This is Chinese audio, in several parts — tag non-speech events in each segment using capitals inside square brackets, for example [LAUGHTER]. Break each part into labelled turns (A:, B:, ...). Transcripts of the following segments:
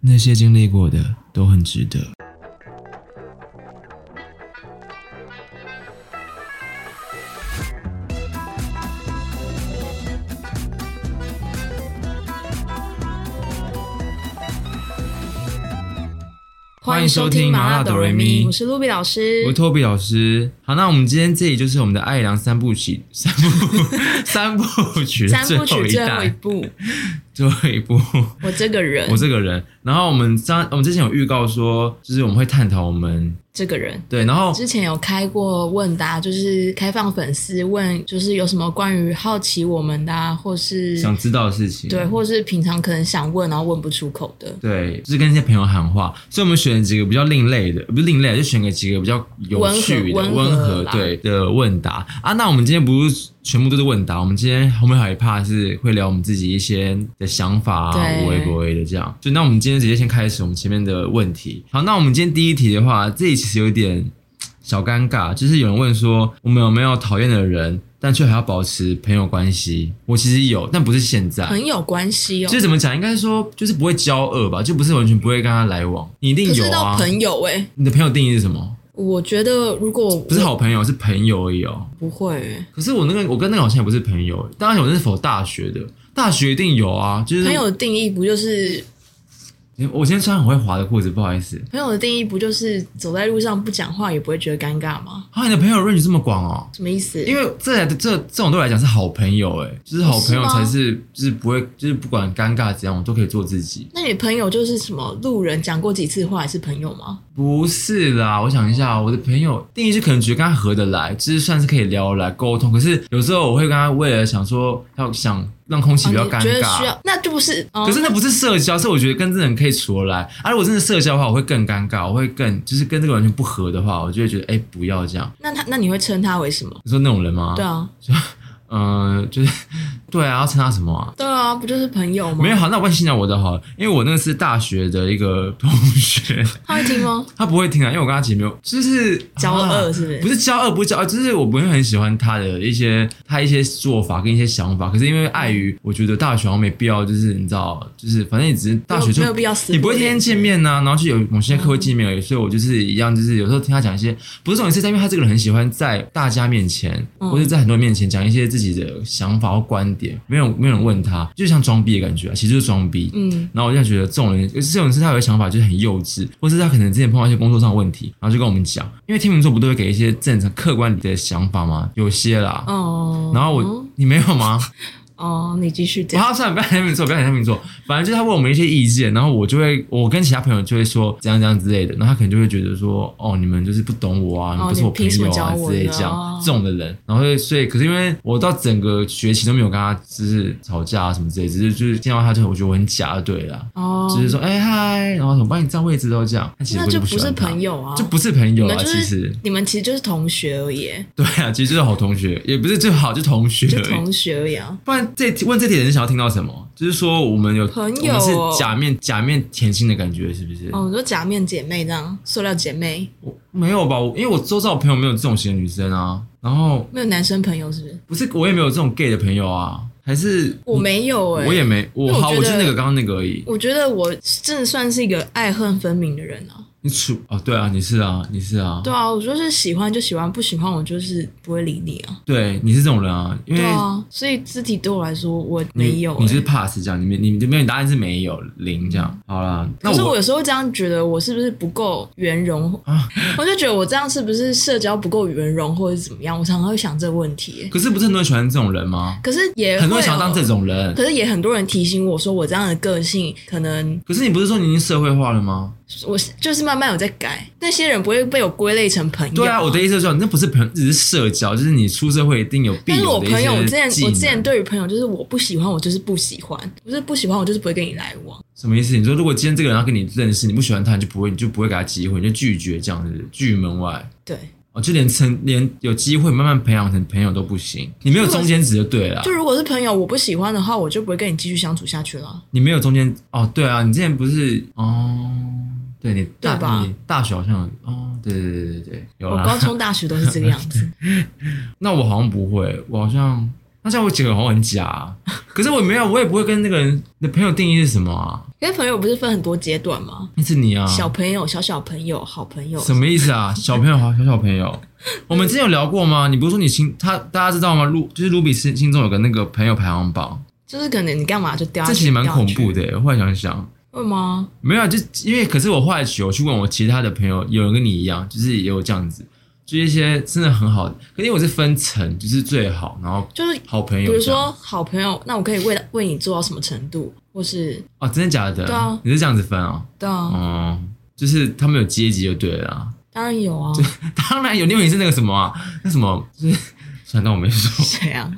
A: 那些经历过的都很值得。欢迎收听麻辣哆瑞咪
B: 我是露比老师
A: 我。托比老师，好，那我们今天这里就是我们的爱良三部曲，三部三部曲的
B: 三
A: 最
B: 部
A: 后
B: 曲
A: 一
B: 最后一
A: 弹，
B: 部，
A: 最后一部。
B: 我这个人
A: 我，这个人，然后我们上我们之前有预告说，就是我们会探讨我们
B: 这个人
A: 对，然后
B: 之前有开过问答，就是开放粉丝问，就是有什么关于好奇我们的、啊，或是
A: 想知道的事情，
B: 对，或是平常可能想问然后问不出口的。
A: 对，就是跟一些朋友喊话，所以我们选了几个比较另类的，不是另类，就选个几个比较有趣的、
B: 温和
A: 温
B: 温和
A: 和
B: 啦
A: 对的问答啊。那我们今天不是全部都是问答，我们今天后面还有一 part 是会聊我们自己一些的想法啊，
B: 对
A: 无为不为的这样。就那我们今天直接先开始我们前面的问题。好，那我们今天第一题的话，这里其实有一点小尴尬，就是有人问说我们有没有讨厌的人，但却还要保持朋友关系。我其实有，但不是现在，
B: 很有关系哦
A: 啊就，是怎么讲，应该说就是不会交恶吧，就不是完全不会跟他来往，你一定
B: 可
A: 有
B: 是到
A: 啊。
B: 朋友哎、
A: 你的朋友定义是什么？
B: 我觉得如果
A: 不是好朋友，是朋友而已哦。
B: 不会欸、
A: 可是我那个，我跟那个好像也不是朋友，当然我那是否大学的，大学一定有啊。就是
B: 朋友的定义不就是
A: 我今天穿很会滑的裤子，不好意思。
B: 朋友的定义不就是走在路上不讲话也不会觉得尴尬吗？
A: 啊，你的朋友 range 这么广哦，
B: 什么意思？
A: 因为这这这这种对我来讲是好朋友，哎，就是好朋友
B: 是吗
A: 才是，就是不会，就是不管尴尬怎样，我都可以做自己。
B: 那你朋友就是什么路人讲过几次话也是朋友吗？
A: 不是啦，我想一下，我的朋友定义是可能觉得跟他合得来，就是算是可以聊得来沟通。可是有时候我会跟他为了想说要想让空气比较
B: 哦
A: 尴
B: 你觉得需
A: 尬，啊
B: 要，那就不是。哦
A: 可是那不是社交，是我觉得跟这个人可以处得来。而、啊、如果真的社交的话，我会更尴尬，我会更就是跟这个完全不合的话，我就会觉得哎、不要这样。
B: 那他那你会称他为什么？
A: 你说那种人吗？
B: 对，啊，
A: 嗯、就是 [LAUGHS] 对啊，要称他什么啊？
B: 对啊，不就是朋友吗
A: 没？有好，那我问欣讲我的好了，因为我那个是大学的一个同学，
B: 他会听
A: [LAUGHS]
B: 吗？
A: 他不会听啊，因为我跟他姐没有，就是
B: 骄
A: 啊
B: 傲是不是？
A: 不是骄傲，不是骄傲，就是我不会很喜欢他的一些他一些做法跟一些想法。可是因为碍于，我觉得大学好像没必要，就是你知道，就是反正你只是大学就
B: 没有必要死，
A: 你不会天天见。面啊呐、然后就有某些课会见面而已。所以我就是一样，就是有时候听他讲一些，不是重点是在，因为他这个人很喜欢在大家面前，
B: 嗯
A: 或者在很多人面前讲一些自己的想法或观点，没有没有人问他，就像装逼的感觉、啊，其实就是装逼。
B: 嗯，
A: 然后我就觉得这种人，呃这种人是他有的想法就是很幼稚，或是他可能之前碰到一些工作上的问题，然后就跟我们讲，因为天秤座不都会给一些正常客观的想法吗？有些啦。
B: 哦。
A: 然后我、啊你没有
B: [LAUGHS]
A: 吗？
B: 哦，你继续
A: 然
B: 讲。
A: 后算了，不要讲天秤座，不要讲天秤座，反正就是他问我们一些意见，然后我就会，我跟其他朋友就会说怎样怎样之类的，然后他可能就会觉得说，哦，你们就是不懂我啊，你
B: 哦
A: 们不是我朋
B: 你凭
A: 友
B: 什么
A: 啊
B: 教我
A: 之类
B: 的
A: 这样
B: 哦
A: 这种的人，然后所以所以可是因为我到整个学期都没有跟他就是吵架啊什么之类，只是就是见到他就我觉得我很假，对啦。
B: 哦，
A: 就是说，哎、嗨，然后什么帮你占位置都这样，那其实
B: 那
A: 我
B: 就
A: 不
B: 不
A: 喜欢
B: 是
A: 他
B: 朋，友啊，
A: 就不是朋友
B: 你
A: 啊，
B: 们就
A: 其
B: 是
A: 实
B: 你们其实就是同学而
A: [LAUGHS]
B: 已，
A: 对啊，其实就是好同学，也不是最好，就同学
B: 就
A: 而已。
B: 同学而已啊。
A: 不然这题问这题的人想要听到什么？就是说我们有
B: 朋友哦
A: 我们是假面假面甜心的感觉，是不是？
B: 哦，你说假面姐妹这样，塑料姐妹，
A: 我没有吧？我因为我周遭的朋友没有这种型的女生啊，然后
B: 没有男生朋友是不是？
A: 不是我也没有这种 gay 的朋友啊，还是
B: 我没有哎，
A: 我也没我
B: 因为我
A: 好，
B: 觉
A: 我
B: 得
A: 就是那个刚刚那个而已。
B: 我觉得我真的算是一个爱恨分明的人啊。
A: 你处哦，对啊，你是啊，你是啊，
B: 对啊，我就是喜欢就喜欢，不喜欢我就是不会理你啊。
A: 对，你是这种人啊，因为
B: 对啊，所以肢体对我来说我
A: 你
B: 没有、欸。嗯
A: 你是 pass 这样，你没你你没有，你答案是没有零这样。好啦，那
B: 可是我
A: 我
B: 有时候这样觉得，我是不是不够圆融？
A: 啊
B: [LAUGHS] 我就觉得我这样是不是社交不够圆融，或者是怎么样？我常常会想这个问题欸、
A: 可是不是很多人喜欢这种人吗？
B: 可是也
A: 很多
B: 会哦
A: 人想要当
B: 有
A: 这种人，
B: 可是也很多人提醒我说，我这样的个性可能
A: 可是你不是说你已经社会化了吗？
B: 我是就是慢慢有在改。那些人不会被我归类成朋友。
A: 对啊，我的意思是说，那不是朋友，只是社交，就是你出社会一定有必
B: 但是我
A: 有的一
B: 朋友，我之前
A: 些技
B: 我之前
A: 能。
B: 对于朋友就是我不喜欢，我就是不喜欢，我就是不喜欢，我就是不会跟你来往。
A: 什么意思？你说如果今天这个人要跟你认识，你不喜欢他，你就不会，你就不会给他机会，你就拒绝这样子，拒门外。
B: 对，
A: 哦，就连成连有机会慢慢培养成朋友都不行，你没有中间值就对了啊
B: 就。如果是朋友我不喜欢的话，我就不会跟你继续相处下去了。
A: 你没有中间哦，对啊，你之前不是哦，对你大
B: 对吧
A: 你大学好像有哦，对对对对对，有
B: 我
A: 啦。 [LAUGHS]
B: 高中、大学都是这个样子。
A: 那我好像不会，我好像那像我姐好像很假、
B: [LAUGHS]
A: 啊，可是我没有，我也不会跟那个人的朋友定义是什么啊？
B: 因为朋友不是分很多阶段吗？
A: 那是你啊，
B: 小朋友、小小朋友、好朋友，
A: 什么意思啊？
B: [LAUGHS]
A: 小朋友好，小小朋友，我们之前有聊过吗？你不是说你心他大家知道吗？卢就是卢比心心中有个那个朋友排行榜，
B: 就是可能你干嘛就掉下
A: 这
B: 去，
A: 其实蛮恐怖
B: 掉下去，
A: 的、我后来想想，
B: 会吗？
A: 没有啊，就因为可是我后来有去问我其他的朋友，有人跟你一样，就是也有这样子，就是一些真的很好的，可是因为我是分层，就是最好，然后
B: 就是
A: 好朋
B: 比
A: 友，
B: 如说好朋友，那我可以为为你做到什么程度，或是
A: 哦，真的假的？
B: 对啊
A: 你是这样子分啊？
B: 对啊，
A: 哦、就是他们有阶级就对了啊、
B: 当然有啊，
A: [LAUGHS] 当然有，因为你是那个什么啊，那什么就是，算了，当我没
B: [LAUGHS]
A: 说。
B: 谁啊？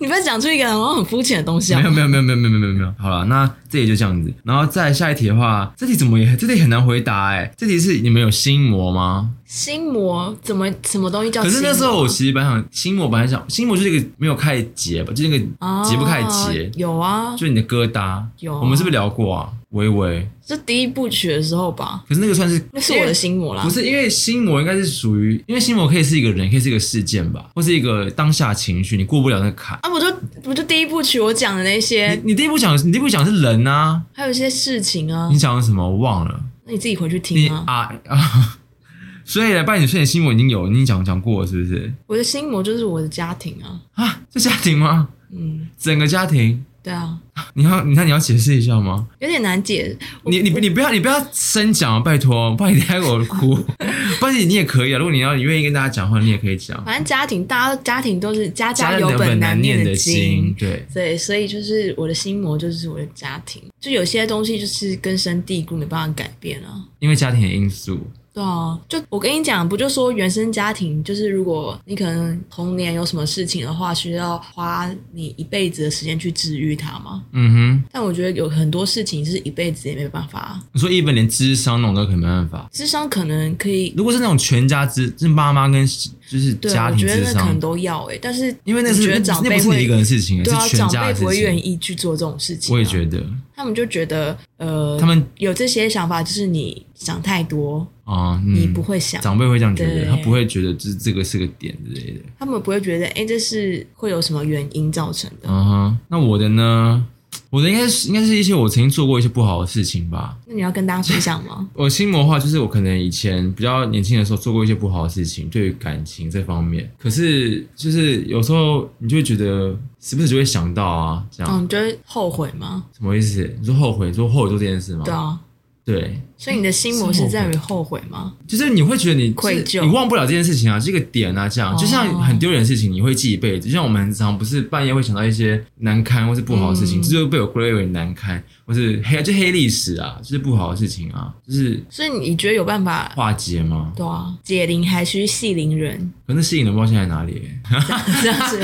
B: 你不要讲出一个好像很肤浅的东西啊
A: [LAUGHS] 没有！没有没有没有没有没有没有没有，好了，那这里就这样子。然后再下一题的话，这题怎么也这题很难回答哎、这题是你们有心魔吗？
B: 心魔怎么什么东西叫
A: 可
B: 心魔？
A: 是那时候我其实本来想心魔，本来想心魔就是一个没有开的结吧，就是那个
B: 啊
A: 结不开的结，
B: 有啊，
A: 就是你的疙瘩。
B: 有啊
A: 我们是不是聊过啊？微微，
B: 就第一部曲的时候吧，
A: 可是那个算是
B: 那是我的心魔啦。
A: 不是，因为心魔应该是属于，因为心魔可以是一个人，可以是一个事件吧，或是一个当下情绪，你过不了那个坎。
B: 啊，我就我就第一部曲我讲的那些，
A: 你你第一步讲，你第一步讲的是人啊，
B: 还有一些事情啊
A: 你，讲的什么我忘了。
B: 那你自己回去
A: 你
B: 听啊。
A: 啊啊， [LAUGHS] 所以呢，半年睡的心魔已经有，你已经讲讲过了是不是？
B: 我的心魔就是我的家庭啊，
A: 啊，这家庭吗？
B: 嗯，
A: 整个家庭，
B: 对啊，
A: 你要你那你要解释一下吗？
B: 有点难解。我
A: 你你你不要你不要深讲，啊拜托，不然你待会我哭。 [LAUGHS] 不然你也可以啊，如果你要你愿意跟大家讲话，你也可以讲。
B: 反正家庭，大家家庭都是家家
A: 家
B: 有
A: 人
B: 本
A: 难
B: 念
A: 的
B: 经。
A: 对。
B: 对，所以就是我的心魔就是我的家庭，就有些东西就是根深蒂固，没办法改变啊。
A: 因为家庭的因素，
B: 对啊，就我跟你讲，不就说原生家庭，就是如果你可能童年有什么事情的话，需要花你一辈子的时间去治愈它吗？
A: 嗯哼，
B: 但我觉得有很多事情是一辈子也没办法，
A: 你说一本连智商那种都可能没办法。
B: 智商可能可以，
A: 如果是那种全家之，就是妈妈跟就是
B: 对，啊
A: 家
B: 我
A: 庭
B: 觉得
A: 之
B: 那可能
A: 商，
B: 都要诶、但是
A: 因为那
B: 你
A: 是
B: 觉得
A: 那
B: 长
A: 那
B: 辈
A: 不是
B: 会
A: 你一个人的事情，是
B: 对啊，
A: 全
B: 长
A: 家
B: 辈
A: 的
B: 不
A: 事
B: 会愿
A: 情。
B: 意去做这种事情、
A: 我也觉
B: 得，
A: 得
B: 他们就觉得呃，
A: 他们
B: 有这些想法，就是你想太多，
A: 啊，
B: 你
A: 嗯，
B: 不会想，
A: 长辈会这样觉得，
B: 对
A: 他不会觉得这这个是个点之类的。
B: 他们不会觉得诶、这是会有什么原因造成的。
A: 嗯哼，那我的呢？我的应该是应该是一些我曾经做过一些不好的事情吧。
B: 那你要跟大家分
A: [LAUGHS]
B: 享吗？
A: 我心魔化就是我可能以前比较年轻的时候做过一些不好的事情，对于感情这方面。可是就是有时候你就会觉得时不时就会想到啊，这样、
B: 嗯，你就会后悔吗？
A: 什么意思？你说后悔，你说后悔做这件事吗？
B: 对啊，
A: 对
B: 所以你的心魔是在于后悔吗？
A: 就是你会觉得你
B: 愧疚
A: 你忘不了这件事情啊，这个点啊，这样
B: 哦
A: 就像很丢脸的事情，你会记一辈子。就像我们很常不是半夜会想到一些难堪或是不好的事情，
B: 嗯
A: 这就被我归类为难堪，或是黑就黑历史啊，就是不好的事情啊，就是
B: 所以你觉得有办法？
A: 化解嘛。
B: 对啊，解铃还须系铃人，
A: 可是吸引的不知道现在在哪里欸、 [LAUGHS]
B: 这样子。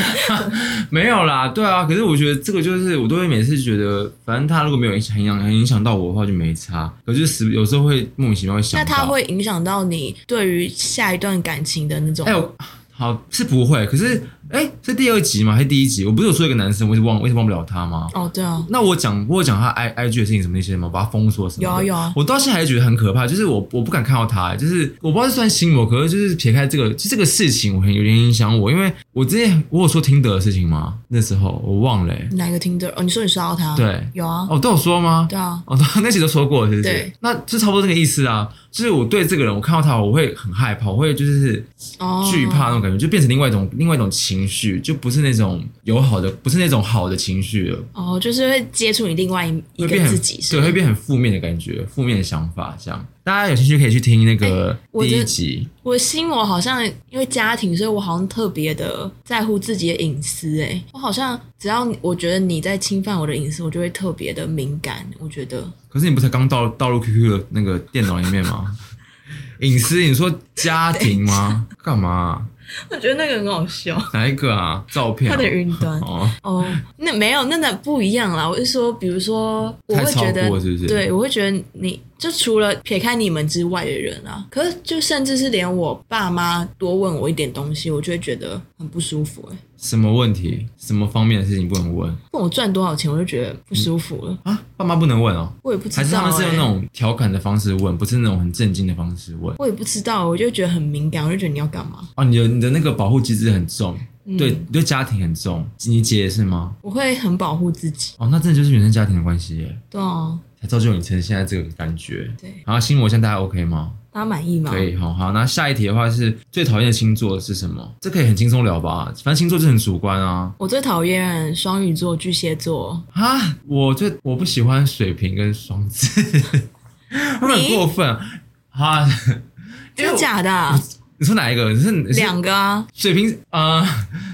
A: 没有啦，对啊，可是我觉得这个就是我都会每次觉得，反正他如果没有影响很影很影响到我的话就没差，可是时有时候会莫名其妙会想
B: 那
A: 到。
B: 它会影响到你对于下一段感情的那种
A: 哎、我好是不会，可是哎、是第二集吗？还是第一集？我不是有说一个男生，我一直忘，我一直忘不了他吗？
B: 哦，对啊，
A: 那我讲我有讲他 i i g 的事情什么那些吗？把他封锁什么的？
B: 有啊有啊
A: 我到现在还觉得很可怕，就是我我不敢看到他，就是我不知道是算心魔，可是就是撇开这个，就这个事情我很有点影响我，因为我之前我有说听德的事情吗？那时候我忘了、欸，
B: 哪一个听的？哦，你说你刷到它？
A: 对
B: 有啊，
A: 哦，都有说吗？
B: 对啊，
A: 哦，对，那集都 [LAUGHS] 说过了，是不是
B: 对？
A: 那就差不多这个意思啊。就是我对这个人，我看到他，我会很害怕，我会就是
B: 哦，
A: 惧怕那种感觉，就变成另外一种另外一种情绪，就不是那种友好的，不是那种好的情绪了，
B: 哦，就是会接触你另外一一
A: 会
B: 个
A: 变很
B: 自己，是
A: 对，
B: 吗
A: 会变很负面的感觉，负面的想法这样。大家有兴趣可以去听那个
B: 哎我
A: 第
B: 觉得
A: 一集，
B: 我心我好像因为家庭，所以我好像特别的在乎自己的隐私、欸。我好像只要你我觉得你在侵犯我的隐私，我就会特别的敏感。我觉得
A: 可是你不才刚到到入 QQ 的那个电脑里面
B: [LAUGHS]
A: 吗？隐私，你说家庭吗？干嘛啊、
B: 我觉得那个很好笑，
A: 哪一个啊？照片、啊？
B: 他的云端。
A: 哦，
B: 哦，那没有，那那不一样啦。我是说，比如说，我会觉
A: 太超
B: 得，
A: 过是不是
B: 对，我会觉得你就除了撇开你们之外的人啊，可是就甚至是连我爸妈多问我一点东西，我就会觉得很不舒服、欸。
A: 什么问题？什么方面的事情不能问
B: 问我赚多少钱，我就觉得不舒服了。
A: 啊？爸妈不能问哦。
B: 我也不知道、
A: 还
B: 欸，
A: 是他们是用那种调侃的方式问，不是那种很震惊的方式问。
B: 我也不知道，我就觉得很敏感，我就觉得你要干嘛？欸
A: 哦，你的你的那个保护机制很重，
B: 嗯
A: 对，你对家庭很重。你姐也是吗？
B: 我会很保护自己。
A: 哦，那真的就是原生家庭的关系耶，
B: 对啊，
A: 才造就你成现在这个感觉。
B: 对，
A: 然后心魔现在大家 OK 吗？
B: 大家满意吗？
A: 可以，好好。那下一题的话是最讨厌的星座是什么？这可以很轻松聊吧，反正星座就很主观啊。
B: 我最讨厌双鱼座、巨蟹座，
A: 啊，我最我不喜欢水瓶跟双子， [LAUGHS] 他们很过分啊！ [LAUGHS] 因为
B: 真
A: 我
B: 的假的啊？
A: 你说哪一个？你是你是
B: 两个啊，
A: 水瓶啊、呃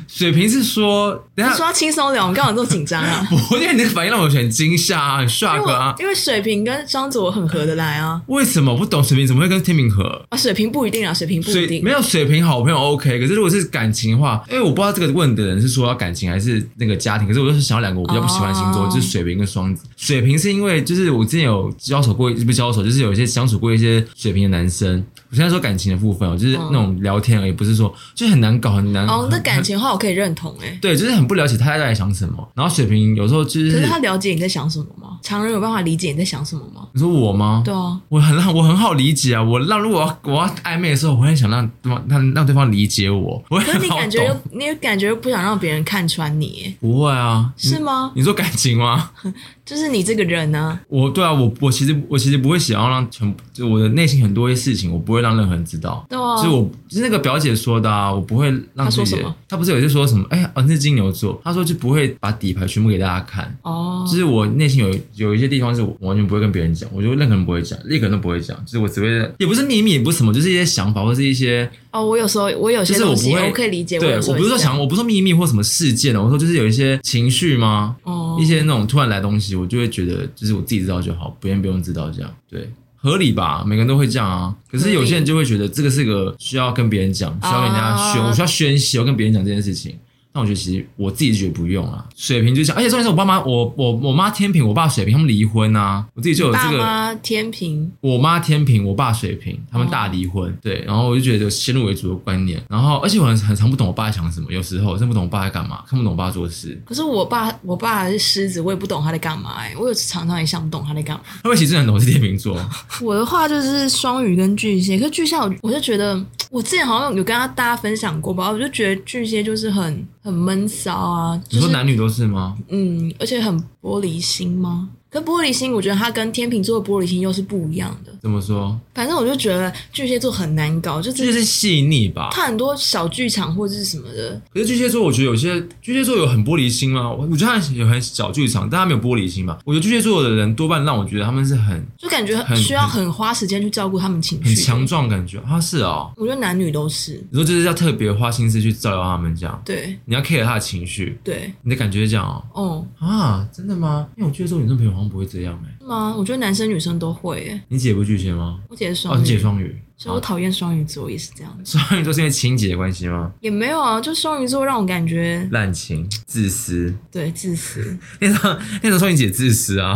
A: 水瓶是说，等
B: 你
A: 一
B: 说
A: 下。
B: 要轻松点，我刚刚这么紧张啊
A: [LAUGHS] 我因为你那个反应让我很惊吓、啊，很
B: 因为
A: shock 啊
B: 我！因为水瓶跟双子我很合得来啊，
A: 为什么我不懂水瓶怎么会跟天秤合？
B: 啊水瓶不一定啊，水瓶不一
A: 水
B: 定
A: 没。有水瓶好朋友 OK，可是如果是感情的话，因为我不知道这个问的人是说要感情还是那个家庭，可是我就是想要两个我比较不喜欢的星座，
B: 哦
A: 就是水瓶跟双子。水瓶是因为就是我之前有交手过，不是交手，就是有一些相处过一些水瓶的男生。我现在说感情的部分哦，就是那种聊天而已，不是说就是很难搞，很难。
B: 哦，那
A: 很
B: 感情的话我可以认同哎、
A: 对，就是很不了解他在想什么。然后水瓶有时候就 [LAUGHS]
B: 可
A: 是
B: 是他了解你在想什么吗？常人有办法理解你在想什么吗？
A: 你说我吗？
B: 对啊，
A: 我很让我很好理解啊，我让如果我要我要暧昧的时候，我会想让对方让让对方理解我，我会
B: 可是
A: [LAUGHS] 很
B: 你
A: 好
B: 感觉又
A: 懂。
B: 你也感觉又不想让别人看穿你、欸，
A: 不会啊，
B: 是吗？
A: 你说感情吗？ [LAUGHS]
B: 就是你这个人呢、
A: 我对啊，我我其实我其实不会想要让全部，就我的内心很多事情，我不会让任何人知道。
B: 对啊
A: 就是我就是那个表姐说的啊，我不会让
B: 她说
A: 自己
B: 什么。
A: 她不是有些说什么？哎呀，哦，你是金牛座，她说就不会把底牌全部给大家看。
B: 哦
A: 就，是我内心有有一些地方是我完全不会跟别人讲，我就任何人不会讲，一个人都不会讲，就是我只会也不是秘密，也不是什么，就是一些想法或是一些
B: 哦，我有时候我有
A: 就
B: 些
A: 是我
B: 东
A: 不
B: 西
A: 会，
B: 我可以理解，
A: 对，
B: 有时
A: 我
B: 候
A: 不是说
B: 也这样啊
A: 想，我不是说秘密或什么事件哦，我说就是有一些情绪吗？
B: 哦
A: 一些那种突然来的东西，我就会觉得就是我自己知道就好，别人不用知道这样，对。合理吧，每个人都会这样啊。可是有些人就会觉得这个是个需要跟别人讲，需要跟人家宣，
B: 啊
A: 我需要宣泄，我跟别人讲这件事情。那我觉得其实我自己觉得不用啊。水瓶就像，而且重点是我爸妈，我我我妈天平，我爸水瓶，他们离婚啊，我自己就有这
B: 爸
A: 个。
B: 妈天平，
A: 我妈天平，我爸水
B: 哦
A: 瓶，他们大离婚，对，然后我就觉得有先入为主的观念，然后而且我很很常不懂我爸在想什么，有时候我真不懂我爸在干嘛，看不懂我爸做事，
B: 可是我爸我爸是狮子，我也不懂他在干嘛、欸，我有时常常也想不懂他在干嘛。
A: 他们其实很懂我是天
B: [LAUGHS]
A: 秤座，
B: 我的话就是双鱼跟巨蟹，可是巨蟹我我就觉得，我之前好像有跟他大家分享过吧，我就觉得巨蟹就是很很闷骚啊，
A: 你
B: 就
A: 说
B: 是
A: 男女都是吗？
B: 嗯，而且很玻璃心吗？可玻璃心，我觉得他跟天秤座的玻璃心又是不一样的。
A: 怎么说？
B: 反正我就觉得巨蟹座很难搞，就
A: 这就是是细腻吧。
B: 他很多小剧场或者是什么的，
A: 可是巨蟹座，我觉得有些巨蟹座有很玻璃心吗？我我觉得他有很小剧场，但他没有玻璃心吧。我觉得巨蟹座的人多半让我觉得他们是很
B: 就感觉
A: 很
B: 需要很花时间去照顾他们情
A: 很
B: 绪。
A: 强壮的感觉，他、啊、是哦。
B: 我觉得男女都是，
A: 你说就是要特别花心思去照料他们这样，
B: 对
A: 你要 care 他的情绪，
B: 对，
A: 你的感觉是这样哦。
B: 哦、
A: 啊，真的吗？因为我巨蟹座女生朋友好像不会这样哎、
B: 是吗？我觉得男生女生都会耶、
A: 你姐不是巨蟹吗？
B: 我姐是
A: 哦，
B: 双
A: 你姐
B: 鱼，
A: 双鱼。
B: 所以我
A: 好
B: 讨厌双鱼座也是这样子。
A: 双鱼座是因为情节的关系吗？
B: 也没有啊，就双鱼座让我感觉
A: 滥情、自私。
B: 对自私。
A: 那时候那时候说你姐自私啊，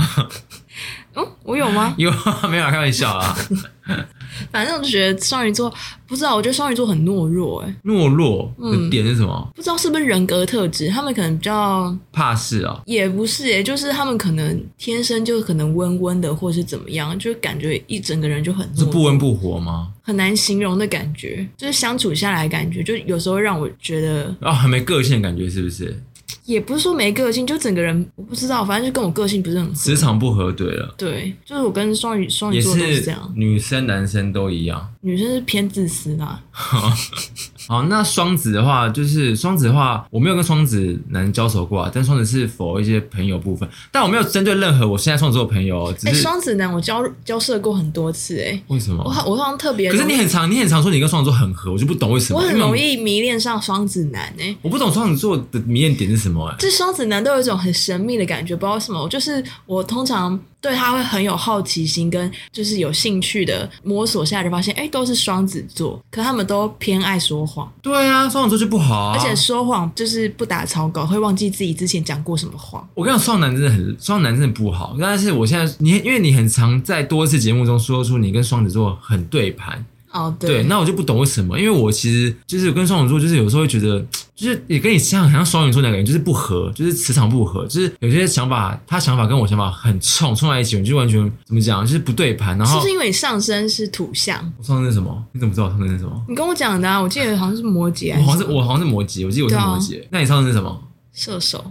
A: [LAUGHS]
B: 嗯，我有吗？ [LAUGHS]
A: 有啊没有啊开玩笑啊？
B: 反正我就觉得双鱼座不知道，我觉得双鱼座很懦弱、欸，
A: 懦弱的点是什么？
B: 不知道是不是人格特质，他们可能比较
A: 怕事啊。
B: 也不是、欸，就是他们可能天生就可能温温的，或是怎么样，就感觉一整个人就很
A: 是
B: 懦
A: 不
B: 弱，
A: 温不火吗？
B: 很难形容的感觉，就是相处下来的感觉，就有时候让我觉得
A: 啊，很没个性的感觉是不是？
B: 也不是说没个性，就整个人我不知道，反正就跟我个性不是很合
A: 磁场不合对了，
B: 对，就是我跟双鱼双
A: 也
B: 鱼座都是
A: 是
B: 这样，
A: 女生男生都一样。
B: 女生是偏自私啊啦，
A: 好，哦那双子的话，就是双子的话，我没有跟双子男交手过啊，但双子是否一些朋友部分，但我没有针对任何我现在双子座的朋友哦，只
B: 哎、
A: 是、
B: 双子男我交交涉过很多次、哎，
A: 为什么
B: 我？好我好像特别
A: 可
B: 容易，
A: 是你很常你很常说你跟双子座很合，我就不懂为什么，
B: 我很
A: 因为
B: 容易迷恋上双子男哎、
A: 我不懂双子座的迷恋点是什么哎、
B: 这双子男都有一种很神秘的感觉，不知道为什么。就是我通常对他会很有好奇心，跟就是有兴趣的摸索下来就发现，哎，都是双子座，可他们都偏爱说谎，
A: 对啊，双子座就不好啊，
B: 而且说谎就是不打草稿，会忘记自己之前讲过什么话。
A: 我跟你讲，双男真的很双男真的不好，但是我现在你因为你很常在多次节目中说出你跟双子座很对盘，
B: 哦，
A: 对，
B: 对，
A: 那我就不懂为什么，因为我其实就是跟双鱼座，就是有时候会觉得，就是也跟你像很像双鱼座那个人，就是不合，就是磁场不合，就是有些想法，他想法跟我想法很冲，冲在一起，我就完全怎么讲，就是不对盘。然
B: 是
A: 后
B: 不是因为你上身是土象？
A: 我上升是什么？你怎么知道我上升是什么？
B: 你跟我讲的啊，我记得好像是摩羯还
A: 我好像
B: 什
A: 是
B: 么
A: 我好像是摩羯，我记得我是
B: 啊
A: 摩羯。那你上升是什么？
B: 射手，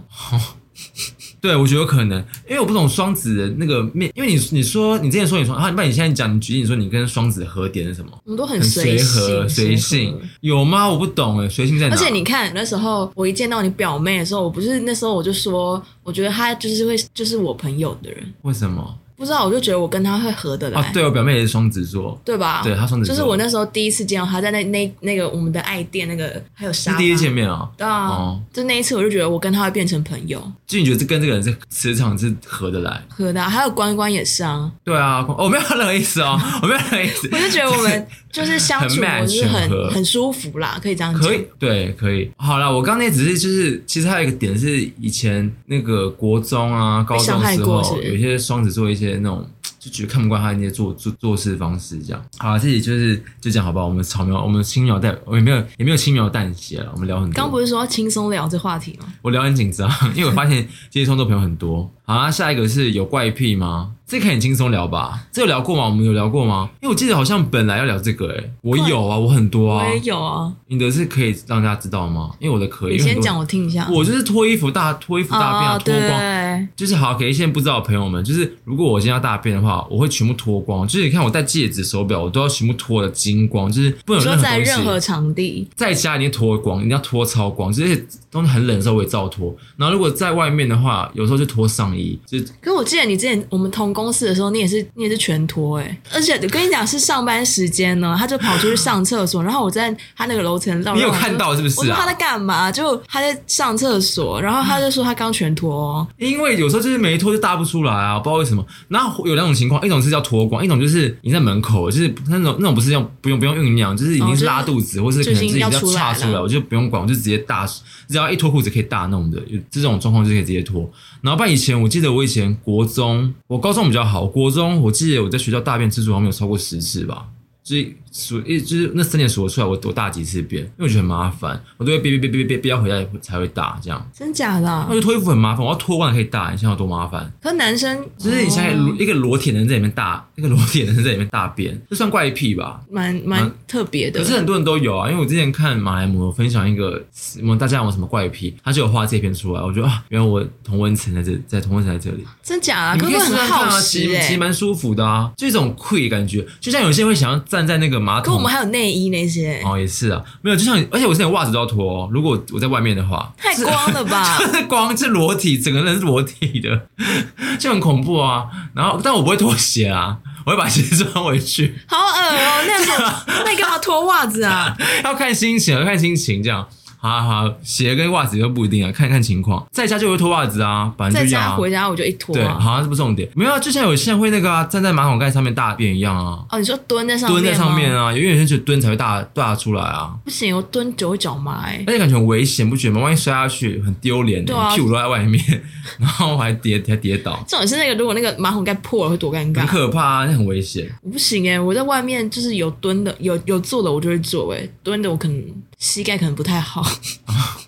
A: 对，我觉得有可能，因为我不懂双子的那个面，因为你你说你之前说你说啊，那你现在讲，你举例你说你跟双子合点是什么？
B: 我们都很
A: 很随和随
B: 性，随
A: 性。有吗？我不懂哎，随性在哪？
B: 而且你看那时候，我一见到你表妹的时候，我不是那时候我就说，我觉得她就是会就是我朋友的人，
A: 为什么？
B: 不知道我就觉得我跟她会合得来，
A: 啊，对我表妹也是双子座，
B: 对吧？
A: 对她双子座
B: 就是我那时候第一次见到她在那那那个我们的爱店那个还有沙
A: 是
B: 发，
A: 第一次见面啊。
B: 对啊，
A: 哦
B: 就那一次我就觉得我跟她会变成朋友，
A: 就你觉得这跟这个人是磁场是合得来？
B: 合的、啊。还有关关也是啊，
A: 对啊，我、没有任何意思哦， [LAUGHS] 我没有任何意思
B: 我。就觉得
A: [LAUGHS]
B: 我们就是相处，
A: 很 match，
B: 我就是
A: 很合
B: 很很舒服啦，可以这样讲。
A: 可以，对，可以。好啦，我刚才只是就是，其实还有一个点是，以前那个国中啊、高中
B: 伤
A: 的
B: 害
A: 时
B: 过是
A: 候，
B: 不是
A: 有一些双子座一些那种，就觉得看不惯他那些做做做事方式这样。好啦，这里就是就这样，好不好？我们草苗，我们轻描淡，我也没有也没有轻描淡写了，我们聊很多。
B: 刚不是说轻松聊这话题吗？
A: 我聊很紧张， [LAUGHS] 因为我发现今天创作朋友很多。好、啊，下一个是有怪癖吗？这可以很轻松聊吧？这有聊过吗？我们有聊过吗？因为我记得好像本来要聊这个、欸，我有啊，我很多
B: 我
A: 啊。
B: 也有啊，
A: 你的是可以让大家知道吗？因为我的可以。
B: 你
A: 因为很
B: 先
A: 多
B: 讲，我听一下。
A: 我就是脱衣服大脱衣服大便啊，
B: 哦
A: 脱光。
B: 对
A: 就是好给一些不知道的朋友们，就是如果我今天要大便的话，我会全部脱光。就是你看我戴戒指、手表，我都要全部脱的精光，就是不能
B: 你
A: 有
B: 说
A: 任何
B: 在
A: 东西
B: 任何场地，
A: 在家一定脱光，一定要脱超光，这些东西很冷的时候我也照脱。然后如果在外面的话，有时候就脱上衣，就
B: 可是我记得你之前我们同公司的时候，你也是你也是全脱哎、而且我跟你讲是上班时间呢，他就跑出去上
A: [LAUGHS]
B: 厕所，然后我在他那个楼层绕，
A: 你有
B: 然后我就
A: 看到是不是啊
B: 我说他在干嘛？就他在上厕所，然后他就说他刚全脱、哦，
A: 因为有时候就是没脱就大不出来啊，不知道为什么。然后有两种情况，一种是叫脱光，一种就是已经在门口了，就是那种那种不是用不用不用酝酿，就是已经是拉肚子，或是可能自己要
B: 就已经
A: 岔
B: 要
A: 出
B: 出来
A: 来，
B: 了
A: 我就不用管，我就直接大，只要一脱裤子可以大弄的，有这种状况就可以直接脱。然后不然以前我记得我以前国中，我高中比较好，国中我记得我在学校大便次数好像没有超过十次吧。就是数一就是那三年数得出来我我大几次便，因为我觉得很麻烦，我都会憋憋憋憋憋憋到回家才会大这样。
B: 真假的啊、
A: 那就脱衣服很麻烦，我要脱完可以大，你想有多麻烦？
B: 可是男生
A: 就是你想想
B: 哦
A: 一个裸体的人在里面大，一个裸体的人在里面大便，这算怪癖吧？
B: 蛮蛮特别的
A: 嗯可，是很多人都有啊，因为我之前看马来姆有分享一个我们大家有什么怪癖，他就有画这篇出来，我觉得啊，原来我同温层在这，在同温层在这里，
B: 真假啊？
A: 你
B: 可
A: 可以
B: 是会
A: 试试
B: 很
A: 看
B: 好
A: 啊，
B: 奇
A: 其
B: 哎、
A: 其实蛮舒服的啊，就一种溃感觉，就像有些人会想要站在那个马
B: 可我
A: 桶
B: 们。还有内衣那些、
A: 哦，也是啊，没有，就像，而且我现在袜子都要脱、哦，如果我在外面的话，
B: 太光了
A: [LAUGHS]
B: 吧？
A: 是光是裸体，整个人是裸体的， [LAUGHS] 就很恐怖啊。然后，但我不会脱鞋啊，我会把鞋穿回去， [LAUGHS]
B: 好恶哦、那个那个要脱袜子啊？
A: 要看心情，啊要看心情这样。好好，好鞋跟袜子都不一定啊，看看情况。在家就会脱袜子啊，反正
B: 在
A: 就这
B: 家
A: 样、啊。
B: 回家我就一脱
A: 对，
B: 啊、
A: 好像是不重点。没有啊，就像有些人会那个啊，站在马桶盖上面大便一样啊，
B: 哦，你说蹲在上面
A: 蹲
B: 吗？
A: 在上面啊，因为有些人觉得蹲才会大大出来啊，
B: 不行，我蹲久会脚麻哎、
A: 而且感觉很危险，不觉得吗？万一摔下去很丢脸的，
B: 对啊
A: 屁股都在外面， [LAUGHS] 然后还跌还跌倒，
B: 重点是那个，如果那个马桶盖破了会多尴
A: 很 [LAUGHS]
B: 尬。
A: 可怕啊，那很危险。
B: 我不行哎、我在外面就是有蹲的，有有坐的我就会坐哎、蹲的我可能膝盖可能不
A: [LAUGHS]
B: 太好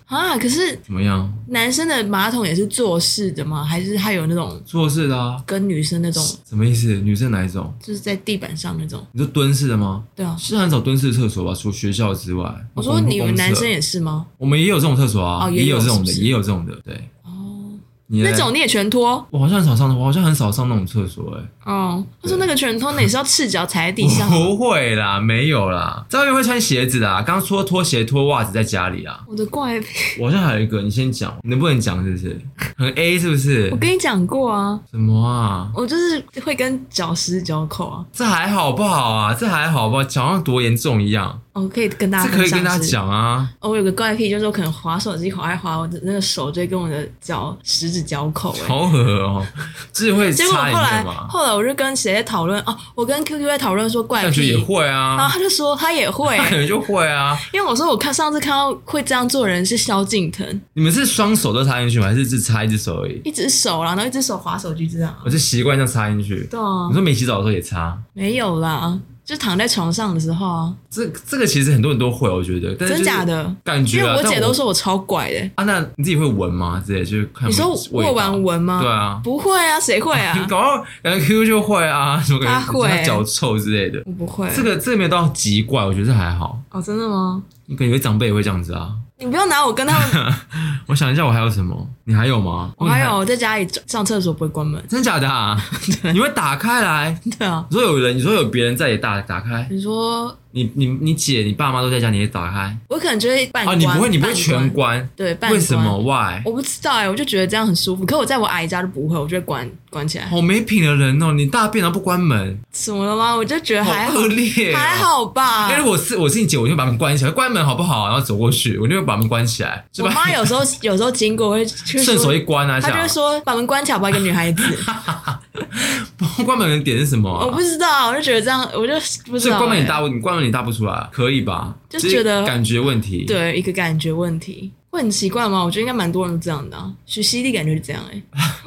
B: 啊。可是
A: 怎么样？
B: 男生的马桶也是坐式的吗？还是他有那种
A: 坐式的啊？
B: 跟女生那种
A: 什么意思？女生哪一种？
B: 就是在地板上那种？
A: 你说蹲式的吗？
B: 对啊，
A: 是很少蹲式厕所吧？除学校之外，
B: 我说你们
A: 公厕
B: 男生也是吗？
A: 我们也有这种厕所啊，
B: 哦
A: 也
B: 也有
A: 这种的，
B: 是不是
A: 也有这种的。对，
B: 哦，
A: 你嘞
B: 那种你也全脱
A: 我好像很少上，我好像很少上那种厕所哎、
B: 哦。他说那个全脱，那也是要赤脚踩在地
A: [LAUGHS]
B: 上。啊
A: 不会啦，没有啦，在外面会穿鞋子啦。刚刚说脱鞋、脱袜子在家里啊，
B: 我的怪癖，
A: 我好像还有一个，你先讲，你能不能讲？是不是很 A？是不是
B: 我？跟你讲过啊，
A: 什么啊？
B: 我就是会跟脚十脚扣啊，
A: 这还好不好啊？这还好不好？讲像多严重一样，
B: 我哦可以跟大家
A: 这可以
B: 分享
A: 跟大家
B: 是
A: 讲啊。
B: 哦我有个怪癖，就是我可能滑手机滑一滑，我的那个手就会跟我的脚食指交扣、欸。
A: 好恶哦、智慧
B: 结果
A: 差
B: 后
A: 一点
B: 来
A: 嘛，
B: 后来我就跟谁在讨论哦，我跟 QQ 在讨论说怪
A: 感觉
B: 癖，
A: 也会
B: 然
A: 啊
B: 后，他就说他
A: [LAUGHS]
B: 也会、
A: 感
B: [LAUGHS]
A: 觉就会啊。
B: 因为我说我看上次看到会这样做的人是萧敬腾，
A: 你们是双手都插进去吗？还是只插一只手而已？
B: 一只手啦，然后一只手滑手机这样。啊
A: 我是习惯这样插进去。
B: 对啊
A: 你，说没洗澡的时候也插，
B: 没有啦，就躺在床上的时候啊，
A: 这这个其实很多人都会，我觉得，但是
B: 真假
A: 就是
B: 的，
A: 感觉、
B: 因为
A: 啊，
B: 我
A: 但
B: 姐都说我超怪的、
A: 啊，那你自己会闻吗？之类就是看
B: 你说
A: 味道
B: 握完闻吗？
A: 对啊，
B: 不会啊，谁会
A: 你 [LAUGHS]
B: 啊？
A: 搞到人家 QQ 就会啊，什么感觉
B: 他会
A: 他脚臭之类的。
B: 我不会。
A: 这个这个没有到极怪，我觉得这还好。
B: 哦，真的吗？
A: 你可能有些长辈也会这样子啊。
B: 你不要拿我跟
A: [LAUGHS]
B: 他们，
A: 我想一下，我还有什么？你还有吗？
B: 我还有啊我在家里上厕所不会关门， [LAUGHS]
A: 真假的啊？你会打开来？
B: 对啊。
A: 你说有人，你说有别人在也打打开，
B: 你说
A: 你你你姐你爸妈都在家，你也打开
B: 我可能就会半
A: 啊？
B: 关，
A: 你不会你不会
B: 半
A: 全
B: 关，
A: 关？
B: 对，半
A: 为什
B: 关
A: 么？Why？
B: 我不知道哎、我就觉得这样很舒服。可我在我阿姨家就不会，我就会关关起来。
A: 好没品的人哦！你大便然后不关门，
B: 什么了吗？我就觉得
A: 好
B: 还好，
A: 恶劣、哦，
B: 还。好啊吧。
A: 因为我是我是你姐，我就把门关起来，关门好不好？然后走过去，我就会把门关起来，是
B: 我
A: 吧？
B: 妈有时候有时候经过会去说
A: 顺手一，关啊，这
B: 她就
A: 样
B: 会。说把门关起来，吧，一个女
A: [LAUGHS]
B: 孩子。
A: 关门的点是什么、啊？
B: 我不知道，我就觉得这样，我就不知
A: 所以
B: 道、
A: 关门你
B: 欸
A: 搭不，你关门你搭不出来，可以吧？
B: 就
A: 只
B: 觉得
A: 感觉问题。，
B: 对一个感觉问题，会很奇怪吗？我觉得应该蛮多人都这样的、啊。许熙娣感觉是这样
A: [LAUGHS]
B: 哎、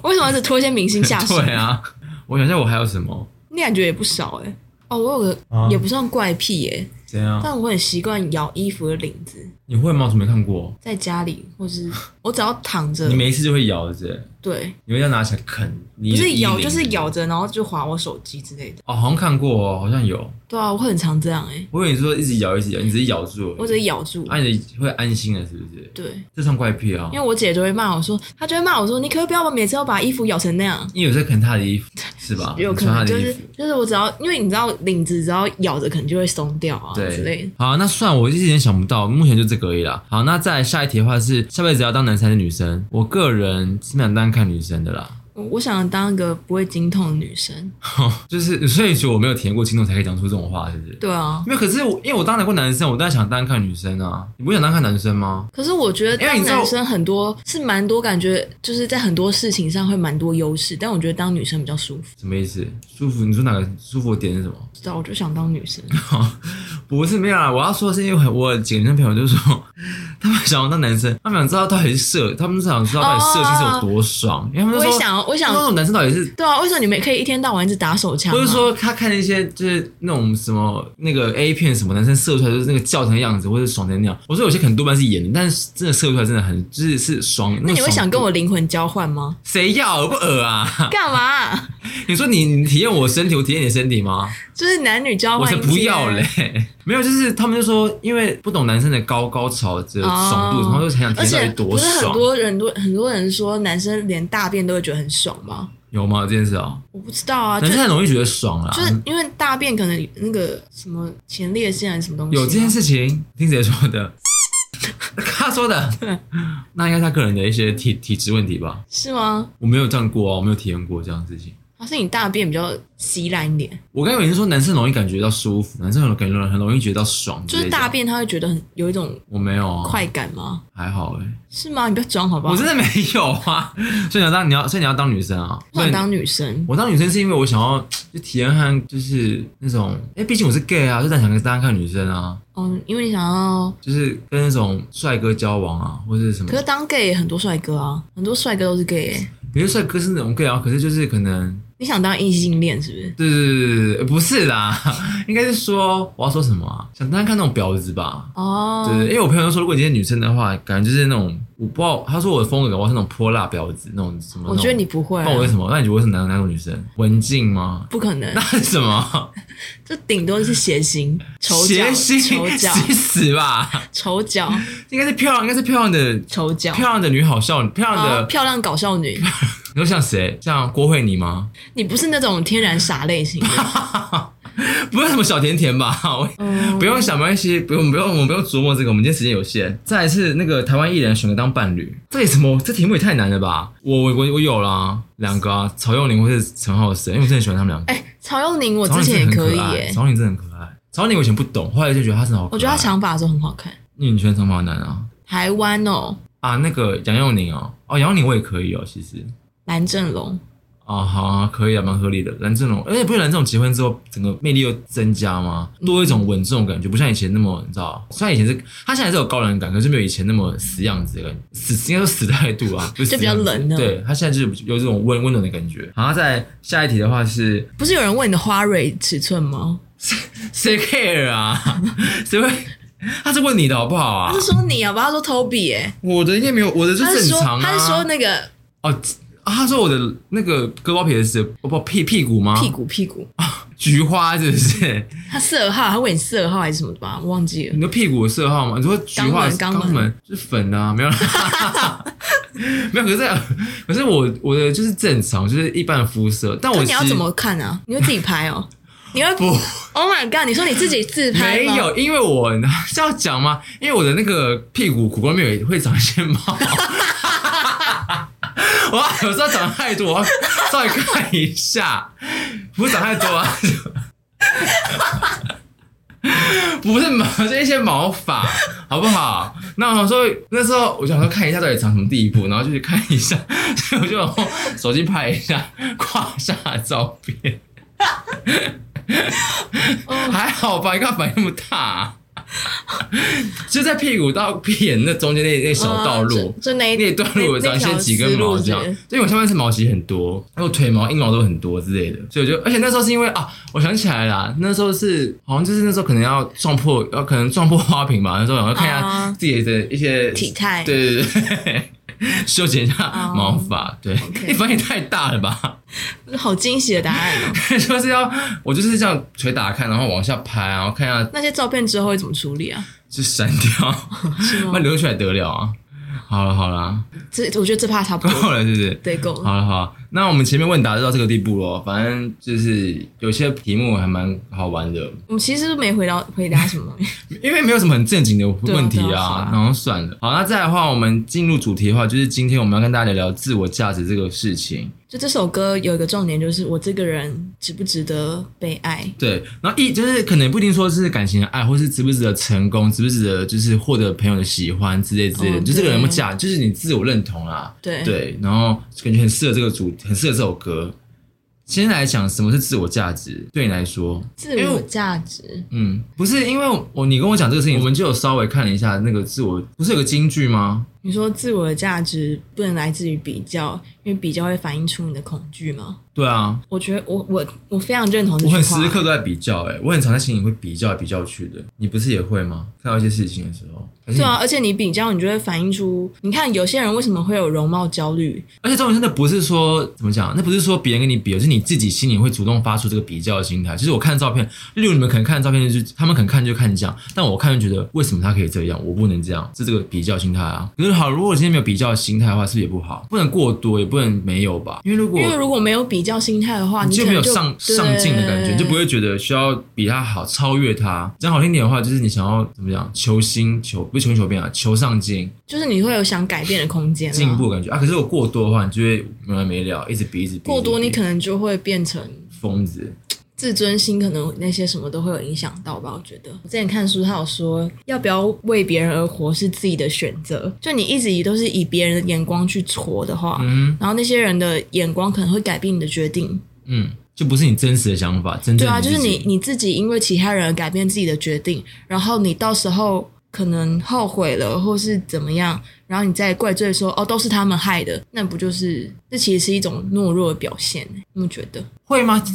B: 为什么只拖一些明星下水？
A: 对啊。我想一下，我还有什么？
B: 你感觉也不少哎、哦，我有个、
A: 啊
B: 也不算怪癖哎、
A: 怎样？
B: 但我很习惯咬衣服的领子，
A: 你会吗？我怎么没看过？
B: 在家里或
A: [LAUGHS]
B: 是我只要躺着
A: 你，每一次就会咬着，
B: 对，
A: 你会这样拿起来啃。你
B: 不
A: 的
B: 是
A: 衣
B: 咬
A: 领
B: 就是咬着，然后就划我手机之类的。
A: 哦，好像看过哦，好像有。
B: 对啊，我会很常这样哎、
A: 我以为你说一直咬一直咬，你只是咬住而已，
B: 我只是咬住。
A: 啊，你会安心的，是不是？
B: 对，
A: 这算怪癖啊！
B: 因为我姐就会骂我说，她就会骂我说，你可不可以不要把每次都把衣服咬成那样。
A: 因为有时候啃他的衣服，是吧？
B: [LAUGHS] 有可
A: 你穿他的
B: 能就
A: 衣服
B: 是就是我只要因为你知道领子只要咬着可能就会松掉啊之类的
A: 对。，好，那算了我一时间想不到，目前就这个而已啦。好，那再来下一题的话是下辈子要当男生还是女生？我个人是蛮当看女生的啦，
B: 我我想当一个不会经痛的女生。
A: 就是所以说我没有体验过轻重才可以讲出这种话，是不是？
B: 对啊，
A: 没有，可是我因为我当然过男生，我当然想单看女生啊。你不想单看男生吗？
B: 可是我觉得
A: 因为
B: 当
A: 你知道
B: 男生很多是蛮多感觉，就是在很多事情上会蛮多优势，但我觉得当女生比较舒服。
A: 什么意思？舒服？你说哪个舒服的点是什么？
B: 不知道，我就想当女生。
A: 不是没有啊啦，我要说的是因为我有几个女生朋友就说， [LAUGHS] 他们想要当男生，他们想知道到底是射，他们是想知道到底射精是有多爽，因为他们就
B: 我也
A: 说，
B: 想，我
A: 他
B: 想
A: 们，说男生到底是
B: 对啊，为什么你们可以一天到晚一直打手枪、啊？
A: 或者说他看一些就是那种什么那个 A 片什么男生射出来就是那个叫成的样子，或者爽成那样。我说有些可能多半是演的，但是真的射出来真的很就是是爽。那
B: 那
A: 个
B: 你会
A: 爽
B: 想跟
A: 度
B: 我灵魂交换吗？
A: 谁要恶不恶啊？ [LAUGHS]
B: 干嘛 [LAUGHS] 啊、
A: 你说你你体验我身体，我体验你身体吗？
B: 就是男女交
A: 我
B: 换
A: 才
B: 啊一天。
A: 不要嘞！ [LAUGHS] 没有，就是他们就说，因为不懂男生的高高潮的爽度，
B: 哦
A: 然后就很想
B: 而
A: 体验到
B: 且
A: 底
B: 不
A: 多
B: 是很
A: 爽。
B: 多人都很多人说男生连大便都会觉得很爽吗？
A: 有吗？这件事哦，
B: 我不知道啊，就
A: 男生
B: 就
A: 很容易觉得爽啦。
B: 是因为大便可能那个什么前列腺还是什么东西、
A: 有这件，事情，听谁说
B: [LAUGHS]
A: 的？他说的，那应该他个人的一些体体质问题吧。
B: 是吗？
A: 我没有这样过啊，我没有体验过这样的事情。
B: 还是你大便比较稀烂一点？
A: 我刚才有人说男生容易感觉到舒服，男生很感觉很容易觉得到爽之
B: 就
A: 类的，
B: 是大便他会觉得很有一种
A: 我没有啊，
B: 快感吗？
A: 还好哎、
B: 是吗？你不要装好不好？
A: 我真的没有啊。所以你要当你要所以你要当女生啊？
B: 我想当女生，
A: 我当女生是因为我想要就体验看就是那种，哎、毕竟我是 gay 啊，就但想跟大家看女生啊，
B: 嗯，因为你想要，
A: 就是跟那种帅哥交往啊，或者是什么
B: 可。是当 gay 也很多帅哥啊，很多帅哥都是 gay，、欸、
A: 有些帅哥是那种 gay 啊，可是就是可能
B: 你想当异性恋是不是？
A: 对对对对对，不是啦， [LAUGHS] 应该是说我要说什么啊？想当看那种婊子吧。
B: 哦，
A: 对，因为我朋友说，如果你今天女生的话，感觉就是那种我不知道，他说我的风格搞不好是那种泼辣婊子那种什么那
B: 我
A: 种。
B: 觉得你不会、
A: 不知道为
B: 啊，
A: 什么，那你觉得哦我是哪哪种女生？文静吗？ [LAUGHS]
B: 不可能
A: 那，是什么？
B: 就顶多是谐星、丑角、
A: 邪心，
B: 丑
A: [LAUGHS]
B: 角、
A: 去死吧！
B: 丑角、
A: 应该是漂亮，应该是漂亮的，
B: 丑角，
A: 漂亮的女好笑，漂亮
B: 啊
A: 的。
B: 漂亮搞笑女，
A: 你说像谁？像郭慧妮吗？ [LAUGHS]
B: 你不是那种天然傻类型的，
A: 不是什么小甜甜吧？ [LAUGHS] 我
B: 嗯
A: 不用想，没关系，不用不用，我们不用琢磨这个，我们今天时间有限。再来是那个台湾艺人选择当伴侣，这也什么？这题目也太难了吧！我我我我有啦，两个啊，曹佑宁或是陈浩森，因为我真的喜欢他们两个。
B: 哎、曹佑宁，我
A: 曹
B: 之
A: 佑宁真
B: 前也
A: 的
B: 可
A: 很
B: 以
A: 爱
B: 耶、
A: 曹佑宁真的很可爱。曹佑宁我以前不懂，后来就觉得他真的好可爱。
B: 我觉得他长发的时候很好看。
A: 因为你喜欢长发男啊
B: 台湾哦，
A: 啊，那个杨佑宁哦，哦杨佑宁我也可以哦，其实
B: 蓝正龙，
A: 哦好啊，可以啊，蛮合理的。蓝正龙，而哎且不是蓝正龙结婚之后，整个魅力又增加吗？多一种稳重的感觉，不像以前那么你知道，虽然以前是他现在还是有高冷感，可是没有以前那么死样子的感觉，死应该说死态度 [LAUGHS] 啊，不是
B: 就
A: 死
B: 比较
A: 样子
B: 冷呢
A: 对他现在就是有这种温温暖的感觉。好，在下一题的话是
B: 不是有人问你的花蕊尺寸吗？
A: 谁 care 啊？ [LAUGHS] 谁会？他是问你的好不好啊
B: 他是？说你啊，不，他说 Toby 哎、
A: 我的应该没有，我的就
B: 他是
A: 正
B: 说
A: 常啊。
B: 他是说那个
A: 哦、啊他说我的那个割包皮的是哦不不屁屁股吗？
B: 屁股屁股，
A: 菊花是不是？
B: 他色号，他问你色号还是什么的吧，我忘记了
A: 你。说屁股的色号吗？你说菊花
B: 肛门
A: 肛
B: 肛
A: 门
B: 门
A: 是粉的、啊，没有啦，
B: [LAUGHS]
A: 没有。可是可是我我的就是正常，就是一般的肤色，但我
B: 那你要
A: 是
B: 怎么看啊？你会自己
A: [LAUGHS]
B: 拍哦？你会
A: 不？
B: Oh my god！你说你自己自拍
A: 没
B: 吗？
A: 有，因为我是要讲吗？因为我的那个屁股骨沟里面有会长一些
B: [LAUGHS]
A: 毛， [LAUGHS] 哇，有时候长太多，我要稍微看一下，不是长太多啊，不是毛，是一些毛发，好不好？那我说那时候我想说看一下到底长什么地步，然后就去看一下， [LAUGHS] 所以我就用手机拍一下胯下的照片。还好吧，你看反应那么大、 [LAUGHS] 就在屁股到屁眼那中间那那小道路，
B: 哦就就那一
A: 那段路长一些几根毛这样，所以我下半身毛其实很多，还有腿毛、阴毛都很多之类的，所以我就，而且那时候是因为啊，我想起来啦，那时候是好像就是那时候可能要撞破，要可能撞破花瓶吧，那时候我要看一下
B: 啊
A: 自己的一些
B: 体态
A: 对对对。 [LAUGHS] 修剪一下
B: 哦
A: 毛发对，
B: OK
A: 你 [LAUGHS] 反应太大了吧？ [LAUGHS]
B: 好惊喜的答案哦！
A: 就是要我就是这样捶打开，然后往下拍，啊然后看一下
B: 那些照片之后会怎么处理啊？
A: 就删掉，
B: 是吗
A: [LAUGHS] 那？留起来得了啊？好了好了， [LAUGHS]
B: 这我觉得这怕差不多，
A: 够了是不是？
B: 对，够了。
A: 好了好了，那我们前面问答就到这个地步咯，反正就是有些题目还蛮好玩的，
B: 我们其实都没回答回答什么
A: [LAUGHS]
B: 东西，
A: 因为没有什么很正经的问题
B: 对啊
A: 啊，
B: 对啊
A: 然后算了。好，那再来的话，我们进入主题的话，就是今天我们要跟大家聊聊自我价值这个事情。
B: 就这首歌有一个重点，就是我这个人值不值得被爱？
A: 对，然后一就是可能不一定说是感情啊的爱，或是值不值得成功，值不值得就是获得朋友的喜欢之类之类的，
B: 哦
A: 就这个人有没有
B: 对
A: 价，就是你自我认同啦。
B: 对，
A: 对，然后感觉很适合这个主，很适合这首歌。先来讲什么是自我价值，对你来说，
B: 自
A: 因
B: 我
A: 为
B: 价值
A: 嗯，不是因为我你跟我讲这个事情，我们就有稍微看了一下那个自我，不是有个金句吗？
B: 你说自我的价值不能来自于比较，因为比较会反映出你的恐惧吗？
A: 对啊，
B: 我觉得我我我非常认同这
A: 我
B: 句话。
A: 很时时刻都在比较、欸，哎，我很常在心里会比较来比较去的。你不是也会吗？看到一些事情的时候，还是你
B: 对啊，而且你比较，你就会反映出，你看有些人为什么会有容貌焦虑？
A: 而且这种真的不是说怎么讲，那不是说别人跟你比，而是你自己心里会主动发出这个比较的心态。就是我看照片，例如你们可能看照片就是他们可能看就看这样，但我看就觉得为什么他可以这样，我不能这样，是这个比较心态啊。可是好，如果今天没有比较心态的话，是不是也不好？不能过多，也不能没有吧？因为如果
B: 因为如果没有比较心态的话，
A: 你
B: 你
A: 就
B: 可
A: 没有
B: 能就
A: 上上进的感觉，
B: 对
A: 就不会觉得需要比他好，超越他。讲好听点的话，就是你想要怎么讲，求新求不是求新求变啊，求上进。
B: 就是你会有想改变的空间啊。
A: 进步的感觉啊。可是我过多的话，你就会没完没了，一直比一直比。
B: 过多，
A: 一直比
B: 你可能就会变成
A: 疯子。
B: 自尊心，可能那些什么都会有影响到吧。我觉得我之前看书，他有说，要不要为别人而活是自己的选择。就你一直都是以别人的眼光去戳的话，
A: 嗯
B: 然后那些人的眼光可能会改变你的决定。
A: 嗯，就不是你真实的想法，真
B: 对
A: 正
B: 啊，
A: 的
B: 就是
A: 自己
B: 你你自己因为其他人而改变自己的决定，然后你到时候可能后悔了，或是怎么样，然后你再怪罪说哦都是他们害的，那不就是这其实是一种懦弱的表现？欸你们觉得？
A: 会吗？只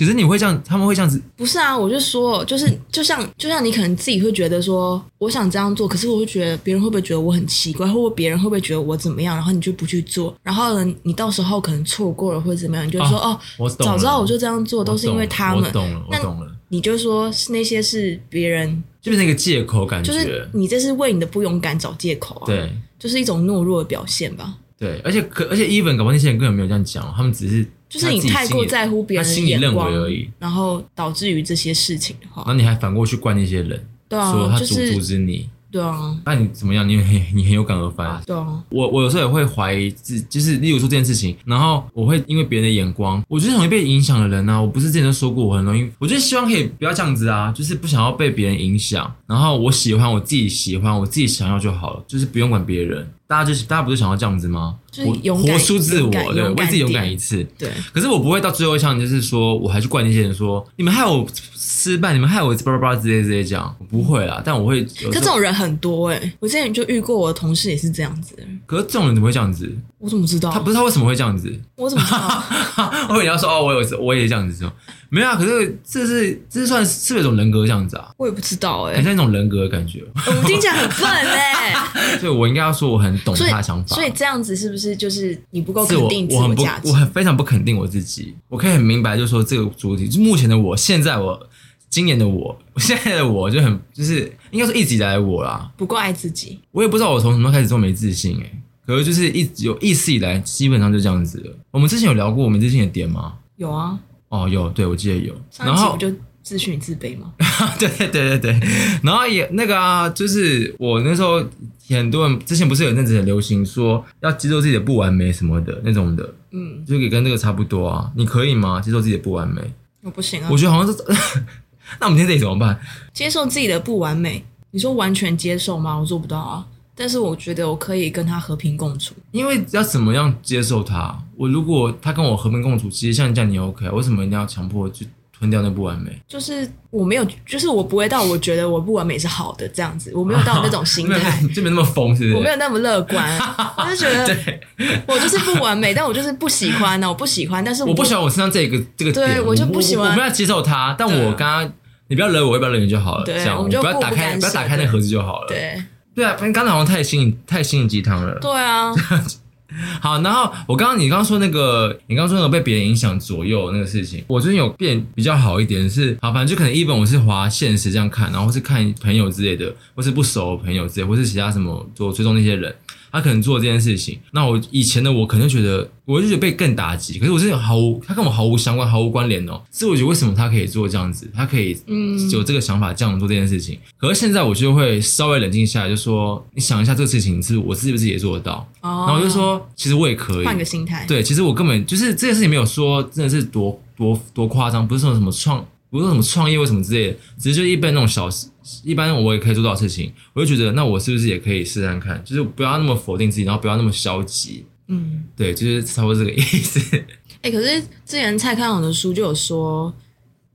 A: 可是你会这样，他们会这样子，
B: 不是啊，我就说，就是就像就像你可能自己会觉得说，我想这样做，可是我会觉得别人会不会觉得我很奇怪，或者别人会不会觉得我怎么样，然后你就不去做，然后呢，你到时候可能错过了或者怎么样，你就说哦，
A: 我啊懂了。
B: 早知道我就这样做，
A: 我
B: 都是因为他
A: 我
B: 们。
A: 懂了，我
B: 那
A: 懂了，
B: 你就说是那些是别人
A: 就变成一个借口感觉。
B: 就是你这是为你的不勇敢找借口啊，，
A: 对
B: 就是一种懦弱的表现吧。
A: 对，而且可而且 even 搞不好那些人根本没有这样讲，他们只是
B: 就是你
A: 他自己
B: 太过
A: 心里
B: 在乎别人
A: 他
B: 的
A: 心里
B: 眼
A: 认为
B: 光
A: 而已。
B: 然后导致于这些事情的
A: 然
B: 话，
A: 后你还反过去怪那些人，
B: 对
A: 说
B: 啊，
A: 他
B: 就
A: 阻阻
B: 是
A: 止你，
B: 对啊，
A: 那你怎么样？你很你很有感而发。
B: 对啊，
A: 我我有时候也会怀疑自，就是例如说这件事情，然后我会因为别人的眼光，我就是很容易被影响的人啊。我不是之前就说过，我很容易，我就是希望可以不要这样子啊，就是不想要被别人影响。然后我喜欢我自己喜欢我自己想要就好了，就是不用管别人。大家就是大家不是想要这样子吗？
B: 就是
A: 活
B: 勇敢
A: 活出自我，
B: 勇敢
A: 对，
B: 勇
A: 为
B: 敢
A: 自己勇敢
B: 点
A: 一次。
B: 对，
A: 可是我不会到最后一项，就是说我还去怪那些人说你们害我失败，你们害我巴拉巴拉之类之类这样，我不会啦。但我会有时候，
B: 欸可这种人很多哎、我之前就遇过我的同事也是这样子的人，
A: 可是这种人怎么会这样子？
B: 我我怎么知道？
A: 他不是他为什么会这样子？ [LAUGHS]
B: 我怎么知道？ [LAUGHS]
A: 我以为你要说哦，我有我也这样子说，没有啊。可是这是这是算是不是一种人格这样子啊？
B: 我也不知道哎、
A: 很像一种人格的感觉。 [LAUGHS]
B: 我们听起来很笨哎、
A: 所以我应该要说我很懂
B: 所以
A: 他的想法。
B: 所以这样子是不是就是你不够
A: 自
B: 肯
A: 我
B: 定自
A: 我很不
B: 价，值
A: 我？很非常不肯定我自己。我可以很明白，就是说这个主体，就目前的我，现在我， [LAUGHS] 今年的我，我现在的我就很，就是应该说一直以来的我啦。
B: 不够爱自己，
A: 我也不知道我从什么时候开始这么没自信诶、欸可是就是一直有意识以来，基本上就这样子了。我们之前有聊过我没自信的点吗？
B: 有啊。
A: 哦，有，对我记得有。然
B: 上一集
A: 后
B: 不就自训自卑吗？
A: [LAUGHS] 对对对对对，然后也那个啊，就是我那时候很多人之前不是有一阵子很流行说要接受自己的不完美什么的那种的，
B: 嗯，
A: 就也跟这个差不多啊。你可以吗？接受自己的不完美？
B: 我不行啊
A: 我，觉得好像是。 [LAUGHS] 那我们今天这里怎么办？
B: 接受自己的不完美。你说完全接受吗？我做不到啊。但是我觉得我可以跟他和平共处。
A: 因为要怎么样接受他？我如果他跟我和平共处，其实像这样你 OK，为什啊么一定要强迫去吞掉那不完美？
B: 就是我没有，就是我不会到我觉得我不完美是好的这样子，我没有到那种
A: [LAUGHS]
B: 心态，
A: 没有，就没那么疯，是不
B: 我没
A: 是？
B: 有那么乐观，我就觉得
A: 对，
B: 我就是不完美，但我就是不喜欢啊呢、我不喜欢，但
A: [LAUGHS]
B: 是
A: 我不喜欢我身上这个这个点，
B: 对我就不喜欢啊
A: 我们要接受它，但我刚刚你不要惹我，也不要惹你就好了，
B: 对
A: 这样
B: 我们就
A: 不要
B: 互不
A: 打开，
B: 干
A: 不要
B: 涉
A: 打开那盒子就好了。
B: 对
A: 对啊，刚才好像太心灵太心灵鸡汤了。
B: 对啊，
A: 好，然后我刚刚你刚刚说那个，你刚刚说那个被别人影响左右那个事情，我最近有变比较好一点是，好，反正就可能一本我是滑现实这样看，然后或是看朋友之类的，或是不熟的朋友之类，或是其他什么做追踪那些人，他可能做这件事情，那我以前的我可能觉得，我就觉得被更打击，可是我是毫无，他跟我毫无相关，毫无关联哦，所以我觉得为什么他可以做这样子，他可以
B: 嗯
A: 有这个想法这样做这件事情，可是现在我就会稍微冷静下来，就说你想一下这个事情是我是不是也做得到，
B: 哦
A: [LAUGHS] 然后我就说其实我也可以，
B: 换个心态，
A: 对，其实我根本就是这件事情没有说真的是多多多夸张，不是说什么创，不是说什么创业或什么之类的，只是就一般那种小事，一般我也可以做到的事情，我就觉得那我是不是也可以试试看，就是不要那么否定自己，然后不要那么消极，
B: 嗯，
A: 对，就是差不多这个意思。
B: 哎、可是之前蔡康永的书就有说，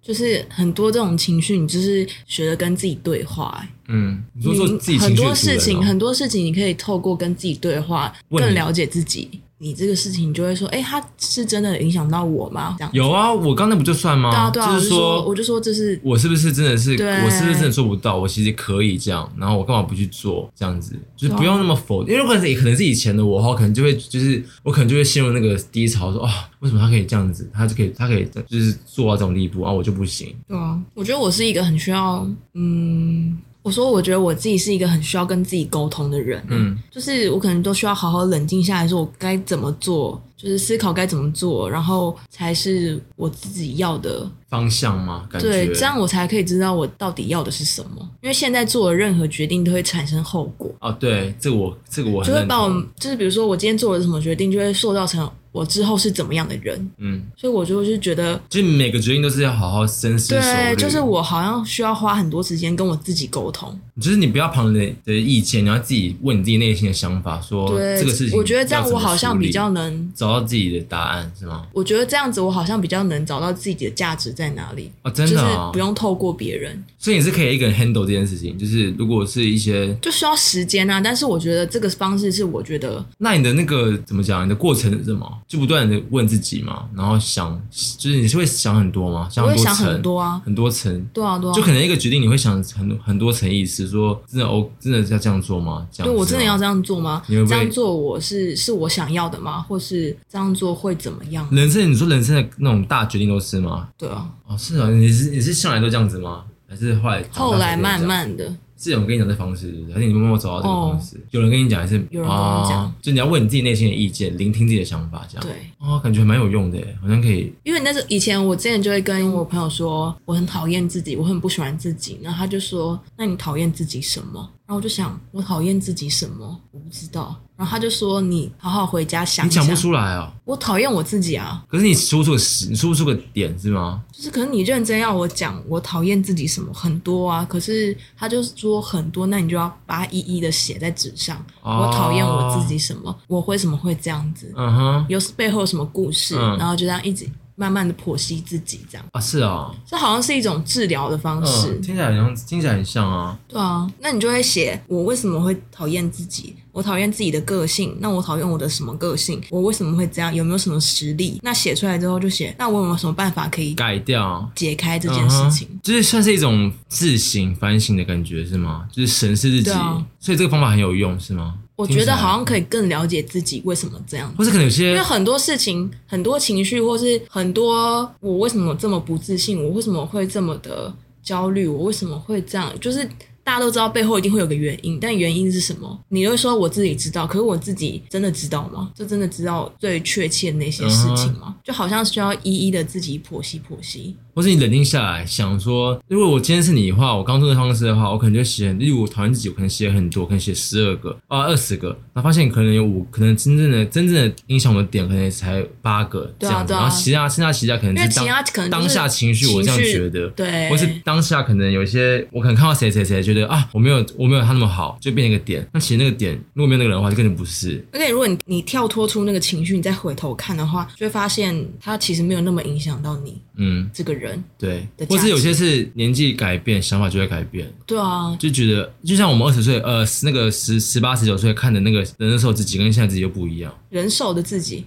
B: 就是很多这种情绪，你就是学着跟自己对话、哎
A: 嗯，你说说
B: 你
A: 自己情绪
B: 很
A: 的
B: 多
A: 主人
B: 事情，
A: 哦
B: 很多事情你可以透过跟自己对话，
A: 问
B: 更
A: 你
B: 了解自己。你这个事情，你就会说，哎、他是真的影响到我吗？这样，
A: 有啊，我刚才不就算吗？
B: 对啊，对啊，
A: 就
B: 我
A: 是
B: 就说，我就说这是
A: 我是不是真的是，
B: 对
A: 我是不是真的做不到？我其实可以这样，然后我干嘛不去做这样子？就是不用那么
B: 啊
A: 否定，因为可能也可能是以前的我，我可能就会就是我可能就会陷入那个低潮，说哦，为什么他可以这样子，他就可以他可以就是做到这种地步，啊，我就不行。
B: 对啊，我觉得我是一个很需要，嗯，我说我觉得我自己是一个很需要跟自己沟通的人，
A: 嗯，
B: 就是我可能都需要好好冷静下来，说我该怎么做，就是思考该怎么做，然后才是我自己要的，
A: 方向吗？感觉
B: 对，这样我才可以知道我到底要的是什么，因为现在做的任何决定都会产生后果。
A: 哦，对，这个我这个我
B: 就
A: 很
B: 会
A: 认
B: 把我
A: 同
B: 们，，就是比如说我今天做了什么决定，就会塑造成我之后是怎么样的人，
A: 嗯，
B: 所以我就是觉得
A: 就是每个决定都是要好好深思熟虑，
B: 对，就是，我好像需要花很多时间跟我自己沟通。
A: 就是你不要旁人的意见，你要自己问你自己内心的想法，说
B: 对，
A: 哦这个事情，
B: 我觉得这样我好像比较能，
A: 找到自己的答案，是吗？
B: 我觉得这样子我好像比较能找到自己的价值在哪里，
A: 哦，真的、哦，
B: 就是不用透过别人，
A: 所以你是可以一个人 handle 这件事情，就是如果是一些，
B: 就需要时间啊。但是我觉得这个方式是我觉得
A: 那你的那个怎么讲？你的过程是什么？就不断的问自己嘛，然后想，就是你是会想很多吗？想
B: 我
A: 很
B: 会
A: 多
B: 想
A: 层，
B: 很多啊，
A: 很多层，
B: 对啊对啊
A: 就，可能一个决定你会想很多很多层意思，说真的哦，真的要这样做吗？这样
B: 对
A: 子吗哦
B: 我真的要这样做吗？
A: 啊你会不会
B: 这样做我是是我想要的吗？或是这样做会怎么样？
A: 人生，你说人生的那种大决定都是吗？
B: 对啊，
A: 哦，是啊，你是你是向来都这样子吗？还是后来
B: 后来慢
A: 慢。
B: 慢的，
A: 是有人跟你讲这方式，还是你默默走到这个方式？有人跟你讲，还是
B: 哦有人跟我讲
A: 哦就你要问你自己内心的意见，聆听自己的想法，这样。
B: 对。
A: 哦，感觉蛮有用的耶，好像可以。
B: 因为那是以前我之前就会跟我朋友说，我很讨厌自己，我很不喜欢自己。然后他就说：“那你讨厌自己什么？”然后我就想，我讨厌自己什么？我不知道。然后他就说：“你好好回家想
A: 你
B: 一想。
A: 讲不出来哦，
B: 我讨厌我自己啊！
A: 可是你说出个时，你说出个点是吗？
B: 就是可能你认真要我讲，我讨厌自己什么很多啊。可是他就是说很多，那你就要把它一一的写在纸上。
A: 哦
B: 我讨厌我自己什么？我为什么会这样子？
A: 嗯哼，
B: 有背后有什么故事？
A: 嗯
B: 然后就这样一直慢慢的剖析自己，这样
A: 啊，是哦，
B: 这好像是一种治疗的方式。
A: 嗯，听起来很像，听起来很像啊。
B: 对啊，那你就会写我为什么会讨厌自己，我讨厌自己的个性，那我讨厌我的什么个性，我为什么会这样，有没有什么实力？那写出来之后就写，那我有没有什么办法可以
A: 改掉哦
B: 解开这件事情？
A: 嗯哼就是算是一种自省反省的感觉是吗？就是审视自己，
B: 对啊
A: 所以这个方法很有用是吗？
B: 我觉
A: 听起
B: 得
A: 来
B: 好，像可以更了解自己为什么这样。
A: 或是可能有
B: 因为
A: 些
B: 很多事情、很多情绪，或是很多我为什么这么不自信，我为什么会这么的焦虑，我为什么会这样，就是大家都知道背后一定会有个原因，但原因是什么？你会说我自己知道，可是我自己真的知道吗？就真的知道最确切的那些事
A: 嗯
B: 情吗？就好像需要一一的自己剖析剖析。
A: 或是你冷静下来想说，如果我今天是你的话，我刚做的方式的话，我可能就写，例如我讨厌自己，我可能写很多，可能写十二个啊二十个，然后发现可能有五，可能真正的真正的影响我的点可能才八个这
B: 对啊
A: 样子，
B: 对啊
A: 然后其他剩下其他可能
B: 因为
A: 是
B: 其他
A: 当
B: 可能就是
A: 当下情绪，我这样
B: 情绪
A: 觉得，
B: 对，
A: 或是当下可能有一些，我可能看到谁谁谁，觉得啊，我没有我没有他那么好，就变成一个点。那其实那个点，如果没有那个人的话，就根本不是。
B: 而且如果你你跳脱出那个情绪，你再回头看的话，就会发现它其实没有那么影响到你
A: 嗯，
B: 这个人。
A: 对
B: 的。价
A: 或
B: 值
A: 是有些是年纪改变，想法就会改变，
B: 对啊，
A: 就觉得就像我们二十岁，呃，那个十十八十九岁看的那个人的时候自己，跟现在自己又不一样。
B: 人手的自己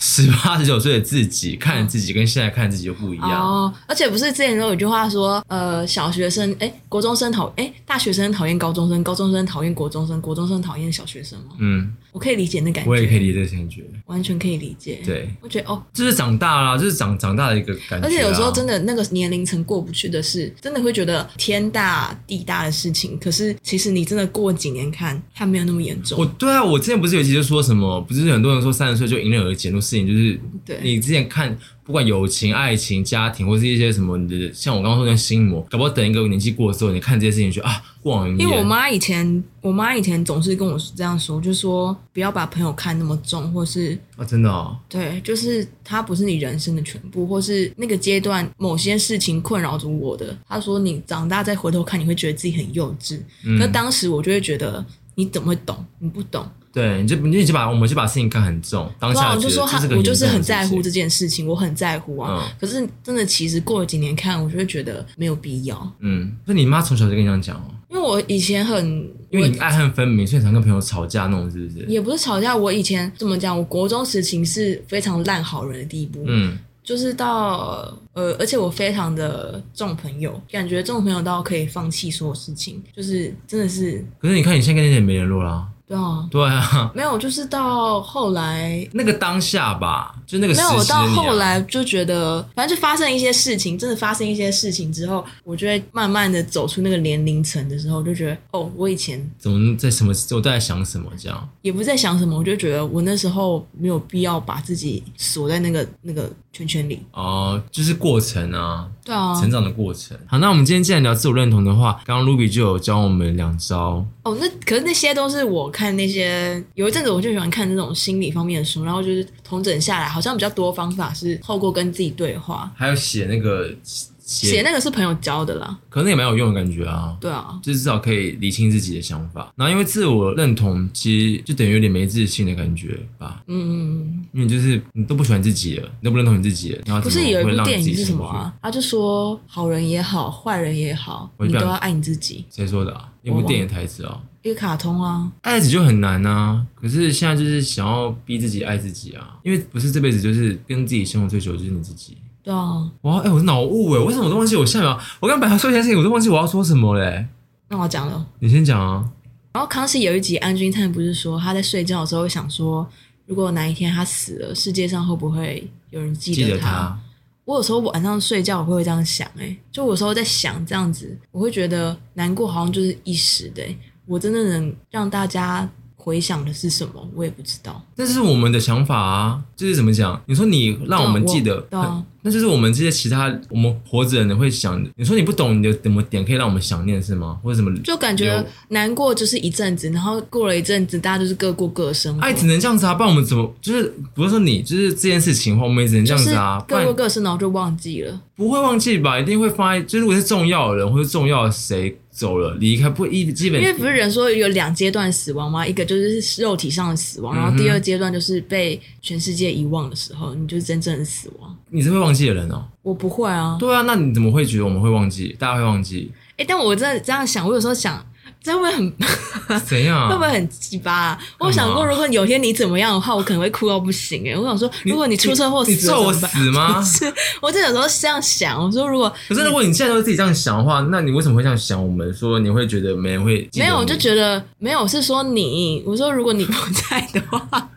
A: 十八十九岁的自己看自己，跟现在看自己又不一样。
B: 哦，而且不是之前都有一句话说，呃，小学生哎，国中生讨哎，大学生讨厌高中生，高中生讨厌国中生，国中生讨厌小学生吗？
A: 嗯，
B: 我可以理解那感觉，
A: 我也可以理解这个感觉。
B: 完全可以理解。，
A: 对，
B: 我觉得哦，
A: 就是长大啦，就是长长大的一个感觉、啊。
B: 而且有时候真
A: 的，
B: 的那个年龄层过不去的事，真的会觉得天大地大的事情，可是其实你真的过几年看，它没有那么严重
A: 我。对啊，我之前不是有一集就说什么，不是很多人说三十岁就迎刃而解，很多事情就是
B: 对
A: 你之前看，不管友情、爱情、家庭，或是一些什么你的，像我刚刚说的心魔，搞不好等一个年纪过了之后，你看这些事情就啊过往云
B: 因为我
A: 烟。
B: 妈以前，我妈以前总是跟我这样说，就说不要把朋友看那么重，或是
A: 啊，真的、哦，
B: 对，就是它不是你人生的全部，或是那个阶段某些事情困扰着我的。她说你长大再回头看，你会觉得自己很幼稚。
A: 嗯
B: 那、当时我就会觉得你怎么会懂？你不懂。
A: 对，你就你就把我们就把事情看很重，当
B: 然后
A: 下
B: 我
A: 觉
B: 就
A: 得
B: 说
A: 这
B: 她
A: 是个
B: 我就是
A: 严重
B: 很
A: 的
B: 在
A: 事
B: 乎
A: 情
B: 这件事情，我很在乎啊。
A: 嗯
B: 可是真的，其实过了几年看，我就会觉得没有必要，
A: 嗯，所以你妈从小就跟你这样讲哦，
B: 因为我以前很
A: 因为你爱恨分明，所以常跟朋友吵架那种，是不是？
B: 也不是吵架，我以前怎么讲？我国中时期是非常烂好人的地步，
A: 嗯，
B: 就是到呃，而且我非常的重朋友，感觉重朋友到可以放弃所有事情，就是真的是
A: 可是你看你现在跟那些人没联络啦，
B: 对啊，
A: 对啊， [LAUGHS]
B: 没有，就是到后来。
A: 那个当下吧，就那个
B: 没
A: 时
B: 有，
A: 期
B: 我
A: 的
B: 到
A: 你啊
B: 后来就觉得，反正就发生一些事情，真的发生一些事情之后，我就会慢慢的走出那个年龄层的时候，就觉得，哦，我以前
A: 怎么在什么我都在想什么这样？
B: 也不是在想什么，我就觉得我那时候没有必要把自己锁在那个那个圈圈里。
A: 哦、就是过程啊，
B: 对啊，
A: 成长的过程。好，那我们今天既然聊自我认同的话，刚刚 Ruby 就有教我们两招，
B: 哦，那可是那些都是我看那些有一阵子我就喜欢看那种心理方面的书，然后就是统整下来，好像比较多方法是透过跟自己对话，
A: 还有写那个
B: 写
A: 写，
B: 那个是朋友教的啦，
A: 可能也蛮有用的感觉啊。
B: 对啊，
A: 就是至少可以理清自己的想法，然后因为自我认同其实就等于有点没自信的感觉吧，
B: 嗯，
A: 因为你就是你都不喜欢自己了，你都不认同你自己了，然后
B: 不
A: 怎
B: 是
A: 么
B: 有
A: 会
B: 一部
A: 让
B: 电
A: 自己
B: 影是什
A: 幸
B: 么
A: 福？
B: 啊？他就说好人也好，坏人也好，
A: 我一
B: 你
A: 般
B: 都要爱你自己，
A: 谁说的啊？一
B: 我
A: 部
B: 忘
A: 电影台词哦，
B: 一个卡通啊，
A: 爱自己就很难啊，可是现在就是想要逼自己爱自己啊，因为不是这辈子就是跟自己相处最久的就是你自己。
B: 对啊，
A: 哇，哎、我脑雾哎，为什么我都忘记我下一秒？我刚本来要说一件事情，我都忘记我要说什么嘞。
B: 那我讲了。
A: 你先讲啊。
B: 然后康熙有一集安钧璨不是说他在睡觉的时候会想说，如果哪一天他死了，世界上会不会有人记
A: 记
B: 得
A: 得他，
B: 我有时候晚上睡觉我会这样想、欸，就我有时候在想这样子，我会觉得难过好像就是一时的、欸我真的能让大家回想的是什么，我也不知道。
A: 但是我们的想法啊，就是怎么讲？你说你让我们记得
B: 对啊我对啊
A: 那就是我们这些其他我们活着的人会想，你说你不懂你的怎么点可以让我们想念是吗？或者什么？
B: 就感觉
A: 有
B: 难过就是一阵子，然后过了一阵子，大家就是各过各的生活，
A: 爱只能这样子啊，不然我们怎么就是不是说你就是这件事情的话，我们也只能这
B: 就
A: 样
B: 是
A: 子啊，不
B: 各
A: 然
B: 过各的生，活，然后就忘记了。
A: 不会忘记吧？一定会放在，就是如果是重要的人或者重要的谁走了离开，不会一基本
B: 因为不是人说有两阶段死亡吗？一个就是肉体上的死亡，
A: 嗯哼
B: 然后第二阶段就是被全世界遗忘的时候，你就是真正的死亡。
A: 你是会忘记的人哦、
B: 我不会啊，
A: 对啊，那你怎么会觉得我们会忘记？大家会忘
B: [LAUGHS]
A: 记
B: 哎、但我真的这样想，我有时候想，这样会不会很、
A: 怎样、
B: 会不会
A: 啊？
B: 很鸡巴、啊？我想
A: 嗯
B: 过，如果有天你怎么样的话，我可能会哭到不行哎、我想说，如果你出车祸
A: 你
B: 死了
A: 咒我
B: 怎么办？
A: 死吗？
B: 是，我真的有时候是这样想，我说如果
A: 可是如果你现在都自己这样想的话，那你为什么会这样想？我们说你会觉得没人会记得
B: 没有，
A: 你
B: 我就觉得没有是说你，我说如果你不在的话，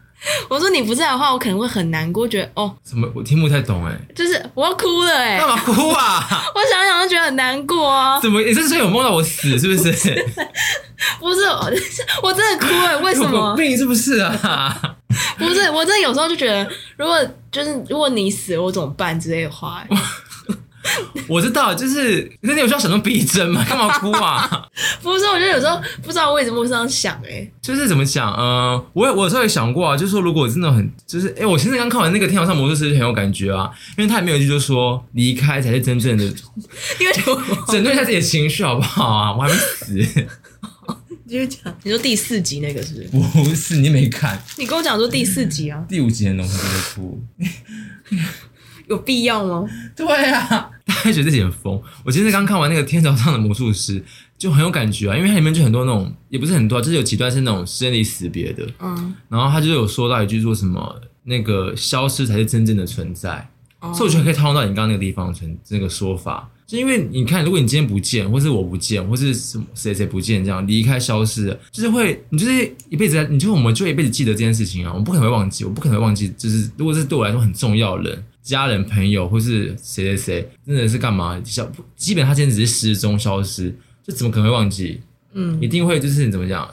B: 我说你不在的话，我可能会很难过，觉得哦，
A: 什么我听不太
B: [LAUGHS]
A: 懂哎、
B: 就是我要哭了哎、
A: 干嘛哭啊？
B: 我想想就觉得很难过啊！
A: 怎么？你是不是有梦到我死？是不是？
B: 不是， [LAUGHS] 我我真的哭哎、 [LAUGHS] 为什
A: 有
B: 么？
A: [LAUGHS] 病是不是啊？
B: 不是，我真的有时候就觉得，如果就是如果你死了，我怎么办之类的话、
A: 嗯
B: 欸
A: 我知道，就是那你有需要想中逼真吗？干嘛哭啊？ [LAUGHS]
B: 不是，我就有时候不知道为什么会这样想哎、
A: 就是怎么讲？呃，我有我有时候也想过啊，就是说如果我真的很，就是哎、我现在刚看完那个《天堂上魔术师》很有感觉啊，因为他里面有一句就说离开才是真正的，
B: 哦因为我
A: 整顿一下自己的情绪好不好啊？我还没死，
B: 就是讲，你说第四集那个是不是？
A: [LAUGHS] 不是你没看
B: 你跟我讲说第四集啊，
A: 第五集的浓度的哭。
B: 有必要吗？
A: [LAUGHS] 对啊，大家觉得自己很疯。我今天刚看完那个《天桥上的魔术师》，就很有感觉啊，因为它里面就很多那种，也不是很多啊，就是有几段是那种生离死别的。
B: 嗯，
A: 然后他就有说到一句说什么，那个消失才是真正的存在，
B: 哦
A: 所以我觉得可以套用到你刚刚那个地方存这个说法。就因为你看，如果你今天不见，或是我不见，或是什么谁谁不见，这样离开消失了，就是会，你就是一辈子在，你就我们就一辈子记得这件事情啊，我们不可能会忘记，我不可能会忘记，就是如果是对我来说很重要的人，家人、朋友，或是谁谁谁，真的是干嘛？消，基本上他今天只是失踪、消失，就怎么可能会忘记？ [LAUGHS]
B: 嗯，
A: 一定会就是怎么讲，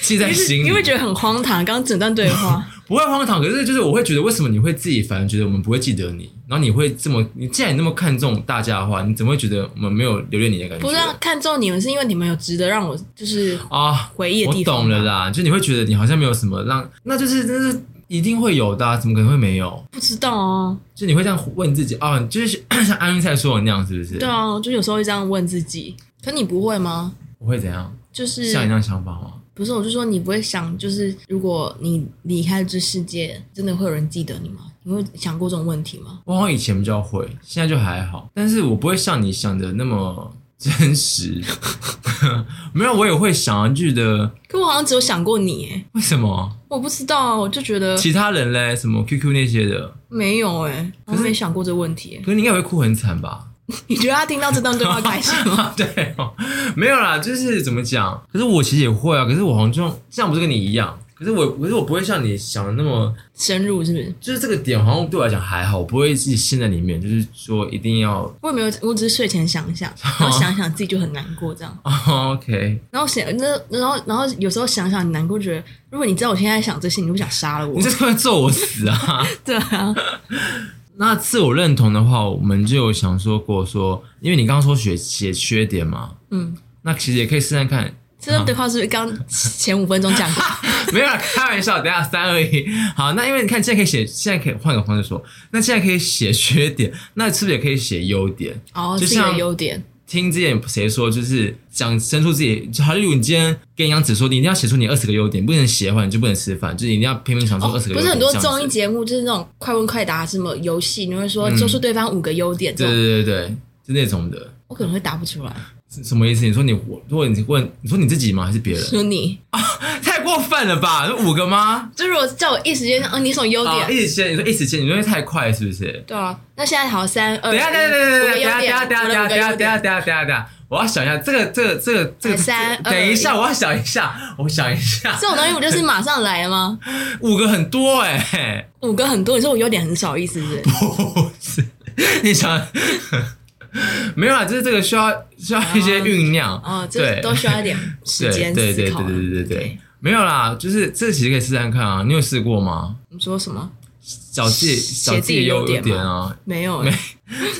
A: 记在
B: 你是
A: 心里。
B: 你会觉得很荒唐，刚刚整段对话，
A: 不会荒唐，可是就是我会觉得，为什么你会自己反而觉得我们不会记得你？然后你会这么，你既然你那么看重大家的话，你怎么会觉得我们没有留恋你的感觉？
B: 不是啊看中你们是因为你们有值得让我就是
A: 啊，
B: 回忆的
A: 我
B: 地方。
A: 懂了，啦，就你会觉得你好像没有什么让，那就是那是一定会有的、啊，怎么可能会没有？
B: 不知道啊。
A: 就你会这样问自己啊，你就是像 [COUGHS] 安云菜说的那样，是不是？
B: 对啊，就有时候会这样问自己。可你不会吗？
A: 我会怎样？
B: 就是
A: 像你那样想法吗？
B: 不是，我就说你不会想，就是如果你离开这世界，真的会有人记得你吗？你会想过这种问题吗？
A: 我好像以前比较会，现在就还好，但是我不会像你想的那么 [LAUGHS] 真实。 [LAUGHS] 没有，我也会想要觉得
B: 可我好像只有想过你，哎，
A: 为什么？
B: 我不知道啊，我就觉得
A: 其他人嘞，什么 QQ 那些的，
B: 没有，哎，我没想过这个问题。哎
A: 可是你应该会哭很惨吧？ [LAUGHS]
B: [LAUGHS] 你觉得他听到这段对话开心吗？
A: 对哦，没有啦，就是怎么讲？可是我其实也会啊，可是我好像就像不是跟你一样，可是我可是我不会像你想的那么，
B: 深入是不是？
A: 就是这个点好像对我来讲还好，我不会自己陷在里面，就是说一定要、 [LAUGHS]
B: 我也没有，我只是睡前想一想，然后想一想自己就很难过这样。
A: 哦、OK。
B: 然后想，那然后然后有时候想想很难过，觉得如果你知道我现在在想这些，你会想杀了我
A: 你。这突然咒我死啊！ [LAUGHS]
B: 对啊，
A: 那自我认同的话，我们就有想说过说，因为你刚刚说写写缺点嘛，
B: 嗯，
A: 那其实也可以试试看
B: 这段对话是不是刚前五分钟讲
A: [LAUGHS]
B: 过？
A: 没有啦，开玩笑，等一下三二一。好，那因为你看，现在可以写，现在可以换个方式说，那现在可以写缺点，那是不是也可以写优点？
B: 哦，
A: 就
B: 自己的
A: 像
B: 优点，
A: 听之前谁说，就是讲伸出自己，就好，例如你今天跟营养纸说，你一定要写出你二十个优点，不能写的话你就不能吃饭，就是你一定要拼命想出
B: 哦
A: 二十个优点、
B: 不是很多
A: 这样子
B: 综艺节目就是那种快问快答什么游戏，你会说说出对方五个优点，这
A: 嗯对
B: 种
A: 对对对，就那种的。
B: 我可能会答不出来。
A: 是什么意思？你说你我，如果你问，你说你自己吗？还是别人？ [LAUGHS]
B: 说你，
A: 太过分了吧？有五个吗？
B: 就如果叫我一时间，啊，你有什么优
A: 啊，
B: 点？
A: 一直写，你说一直写，你说太快是不是？
B: 对啊，那现在好，三二
A: 等一下，等一下，等一下，等一下，等一下，等一下，等一下，等一下，等一下，等一
B: 一，我的优点，
A: 下，等一下，我要想一下这个，这个，这个，这个，等一下，我要想一下，我想一下，
B: 这种东西不就是马上来吗？
A: 五个很多哎、
B: 五个很多，你说我优点很少，意思是不
A: [LAUGHS]
B: 是？
A: 不是，你想没有啦，就是这个需要需要一些酝酿
B: 哦，这
A: 对，
B: 都需要一点时间
A: 对
B: 思
A: 对对
B: 考啊。
A: 对对对对，没有啦，就是这其实可以试试看啊，你有试过吗？
B: 你说什么？
A: 找自己
B: 写
A: 找
B: 自
A: 自
B: 己
A: 己优
B: 优点
A: 点啊。
B: 没
A: [LAUGHS]
B: 有，
A: 没，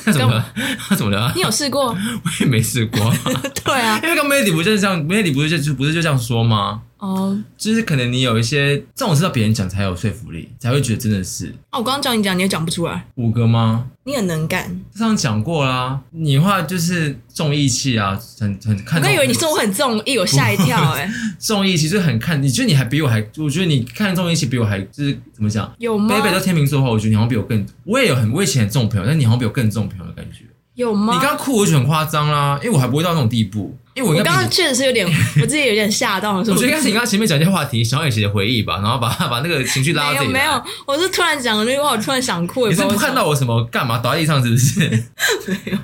A: 那怎么了？那怎么了？
B: 你有试过？
A: 我也没试过啊，
B: 对啊，
A: 因为跟 Melody 不就是这样，Melody 不是就就不是就这样说吗？
B: 哦，
A: 就是可能你有一些这种是要别人讲才有说服力，才会觉得真的是
B: 啊，我刚刚叫你讲，你也讲不出来，
A: 五个吗？
B: 你很能干。
A: 上次讲过啦，你的话就是重义气啊，很很
B: 我
A: 看重。
B: 刚以为你说我很重义，我吓一跳、
A: [LAUGHS]
B: 哎，
A: 重义气，就是很看，你觉得你还比我还，我觉得你看重义气比我还，就是怎么讲？
B: 有吗
A: 北？北到天秤座的话，我觉得你好像比我更，我也有很，我以前很重朋友，但你好像比我更重朋友的感觉。
B: 有吗？
A: 你刚刚哭，我就觉得很夸张啦，因为我还不会到那种地步，因为我
B: 我
A: 应该
B: 刚
A: 比
B: 刚
A: 你
B: 确实是有点，我自己有点吓到，我说
A: 我觉得应该是你刚刚前面讲一些话题，想要有一些回忆吧，然后把把那个情绪拉到
B: 没
A: 自
B: 有
A: 己
B: 没
A: 来
B: 有，我是突然讲了那句话，我突然想哭，也
A: 你是
B: 不知道为什么
A: 看到我什么干嘛倒在地上是不
B: [LAUGHS]
A: 是？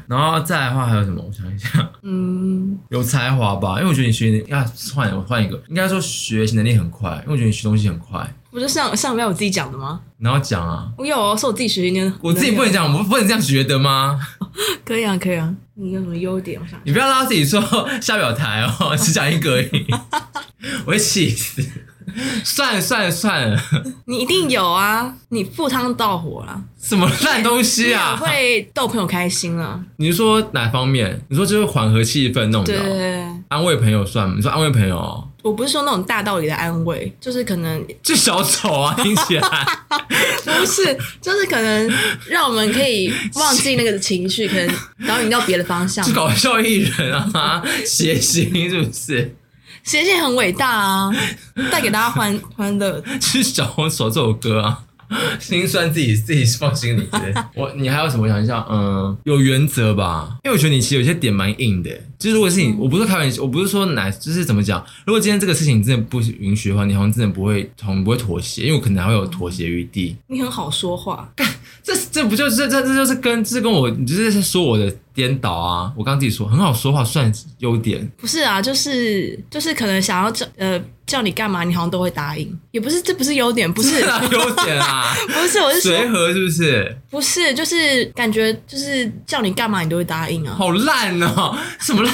A: 然后再来的话还有什么？我想一下，
B: 嗯，
A: 有才华吧，因为我觉得你学啊换我换一个，应该说学习能力很快，因为我觉得你学东西很快。
B: 不是上上礼拜我自己讲的吗？
A: 然后讲啊，
B: 我有哦，是我自己学的。
A: 我自己不能讲，我不能这样觉得吗？ [LAUGHS]
B: 可以啊，可以啊。你有什么优点？我想
A: 你不要拉自己说下表台哦，只讲一个而已， [LAUGHS] 我会气死。算了算了算了，
B: 你一定有啊，你赴汤蹈火啦，
A: 什么烂东西啊！
B: 你很会逗朋友开心啊，
A: 你是说哪方面？你说就是缓和气氛那种
B: 对
A: 的
B: 对
A: 哦，
B: 对。
A: 安慰朋友算吗？你说安慰朋友哦，
B: 我不是说那种大道理的安慰，就是可能
A: 就小丑啊，听起来 [LAUGHS]
B: 不是，就是可能让我们可以忘记那个情绪，可能导引到别的方向
A: 是。搞笑艺人啊， [LAUGHS] 谐星是不是？ [LAUGHS]
B: 谐星很伟大啊，带给大家欢欢乐。
A: 是小丑这首歌啊。 [LAUGHS] 心酸自己自己放心里之类。
B: [LAUGHS]
A: 我你还有什么？我想一下，嗯，有原则吧，因为我觉得你其实有些点蛮硬的。就是如果
B: 嗯
A: 是你，我不是开玩笑，我不是说哪，就是怎么讲。如果今天这个事情你真的不允许的话，你好像真的不会同不会妥协，因为我可能还会有妥协余地。
B: 你很好说话，
A: 这这不就是这这这就是跟这跟我你就是在说我的颠倒啊！我刚刚自己说很好说话算优点， [LAUGHS]
B: 不是啊，就是就是可能想要叫呃叫你干嘛，你好像都会答应，也不是这不是优点，不是
A: 哪优点啊？
B: [LAUGHS] 不是，我是说
A: 随和是不是？
B: 不是，就是感觉就是叫你干嘛你都会答应啊。
A: 好烂哦！ [LAUGHS] 什么烂？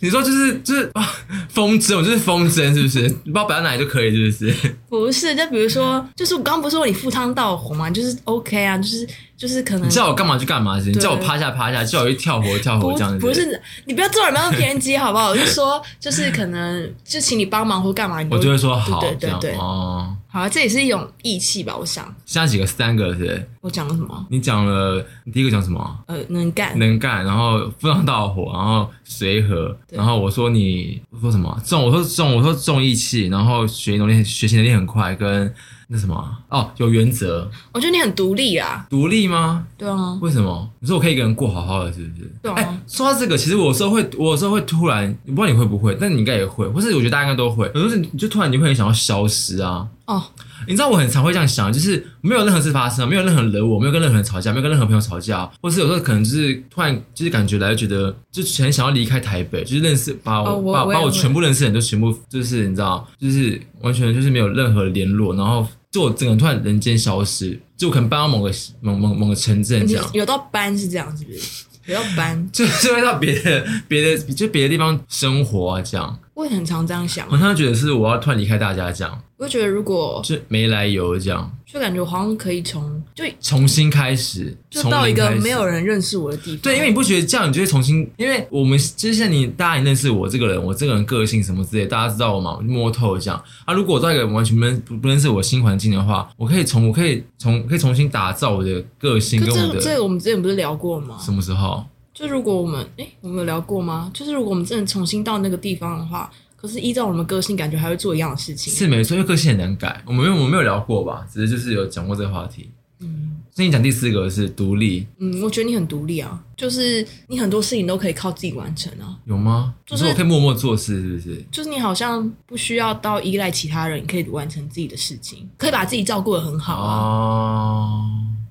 A: 你说就是就是啊风筝，我就是风筝是不是？你把我摆到哪里就可以是不是？
B: 不是，就比如说，就是我刚刚不是说你赴汤蹈火嘛，就是 OK 啊，就是就是可能
A: 你叫我干嘛就干嘛是不是？你
B: 嗯对
A: 叫我趴下趴下，叫我去跳活跳活
B: 不
A: 这样子。
B: 不，是你不要做人不要偏激好不好？我就说就是可能就请你帮忙或干嘛，你
A: 我就会说好
B: 对
A: 这
B: 对
A: 样
B: 对对，
A: 哦。
B: 好啊，这也是一种义气吧，我想。
A: 现在几个三个是不是？
B: 我讲了什么？
A: 你讲了，你第一个讲什么啊？
B: 呃，能干，
A: 能干，然后赴汤蹈火，然后随和，
B: 对
A: 然后我说你我说什么重，我说重，我说重义气，然后学习能力学习能力很快，跟那什么啊哦有原则，
B: 我觉得你很独立啊，
A: 独立吗？
B: 对啊，
A: 为什么？你说我可以一个人过好好的，是不是？
B: 对啊
A: 哎、说到这个，其实我有时候会，我有时候会突然，我不知道你会不会，但你应该也会，或是我觉得大家应该都会。有时候你就突然你会很想要消失啊，
B: 哦，
A: 你知道我很常会这样想，就是没有任何事发生，没有任何人惹我，没有跟任何人吵架，没有跟任何朋友吵架，啊或是有时候可能就是突然就是感觉来就觉得就是很想要离开台北，就是认识把我,、
B: 哦我
A: 把
B: 我也
A: 把我
B: 会
A: 全部认识的人都全部就是你知道，就是完全就是没有任何联络，然后就我整个人突然人间消失，就我可能搬到某个某某某个城镇
B: 你
A: 这样。
B: 有到班是这样，是不是？有到班，
A: 就是 [LAUGHS] 会到别的、别的、就别的地方生活啊，这样。
B: 我也很常这样想啊
A: 我，常常觉得是我要突然离开大家，这样，
B: 我就觉得如果
A: 就没来由这样，
B: 就感觉好像可以从就
A: 重新开始，
B: 就
A: 从
B: 到一
A: 零
B: 个
A: 开始
B: 没有人认识我的地方，
A: 对，因为你不觉得这样，你就会重新，因为我们就是像你，大家也认识我这个人，我这个人个性什么之类，大家知道我嘛，摸透了这样。啊，如果我到一个完全不认不不认识我新环境的话，我可以从我可以从可以重新打造我的个性
B: 可
A: 跟我
B: 这这
A: 的
B: 个我们之前不是聊过吗？
A: 什么时候？
B: 就如果我们诶，我们有聊过吗？就是如果我们真的重新到那个地方的话，可是依照我们个性，感觉还会做一样的事情。
A: 是没错，因为个性很难改。我们没有我们没有聊过吧，只是就是有讲过这个话题。
B: 嗯
A: 所以你讲第四个是独立，
B: 嗯，我觉得你很独立啊，就是你很多事情都可以靠自己完成啊，
A: 有吗？就
B: 就
A: 是是我可以默默做事，是不是？
B: 就是你好像不需要到依赖其他人，你可以完成自己的事情，可以把自己照顾的很好啊。
A: 哦，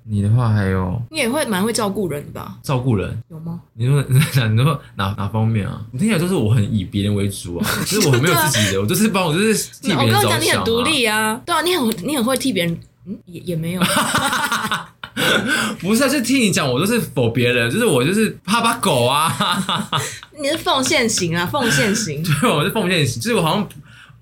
A: 你的话还有
B: 你也会蛮会照顾人的吧？
A: 照顾人，
B: 有吗？
A: 你说 [LAUGHS] 你说哪哪方面啊？你听起来都是我很以别人为主
B: [LAUGHS]
A: 啊，就是我很没有自己的，我就是帮我就是替
B: 嗯我
A: 别人
B: 刚
A: 着
B: 刚
A: 想、啊。
B: 讲你很独，立啊，对啊，你很你很会替别人，嗯，也也没有，
A: 不是、啊，就是替你讲，我都是否别人，就是我就是怕把狗啊，
B: 你是奉献型啊，奉献
A: [LAUGHS]
B: 型。
A: 对，我是奉献型，就是我好像，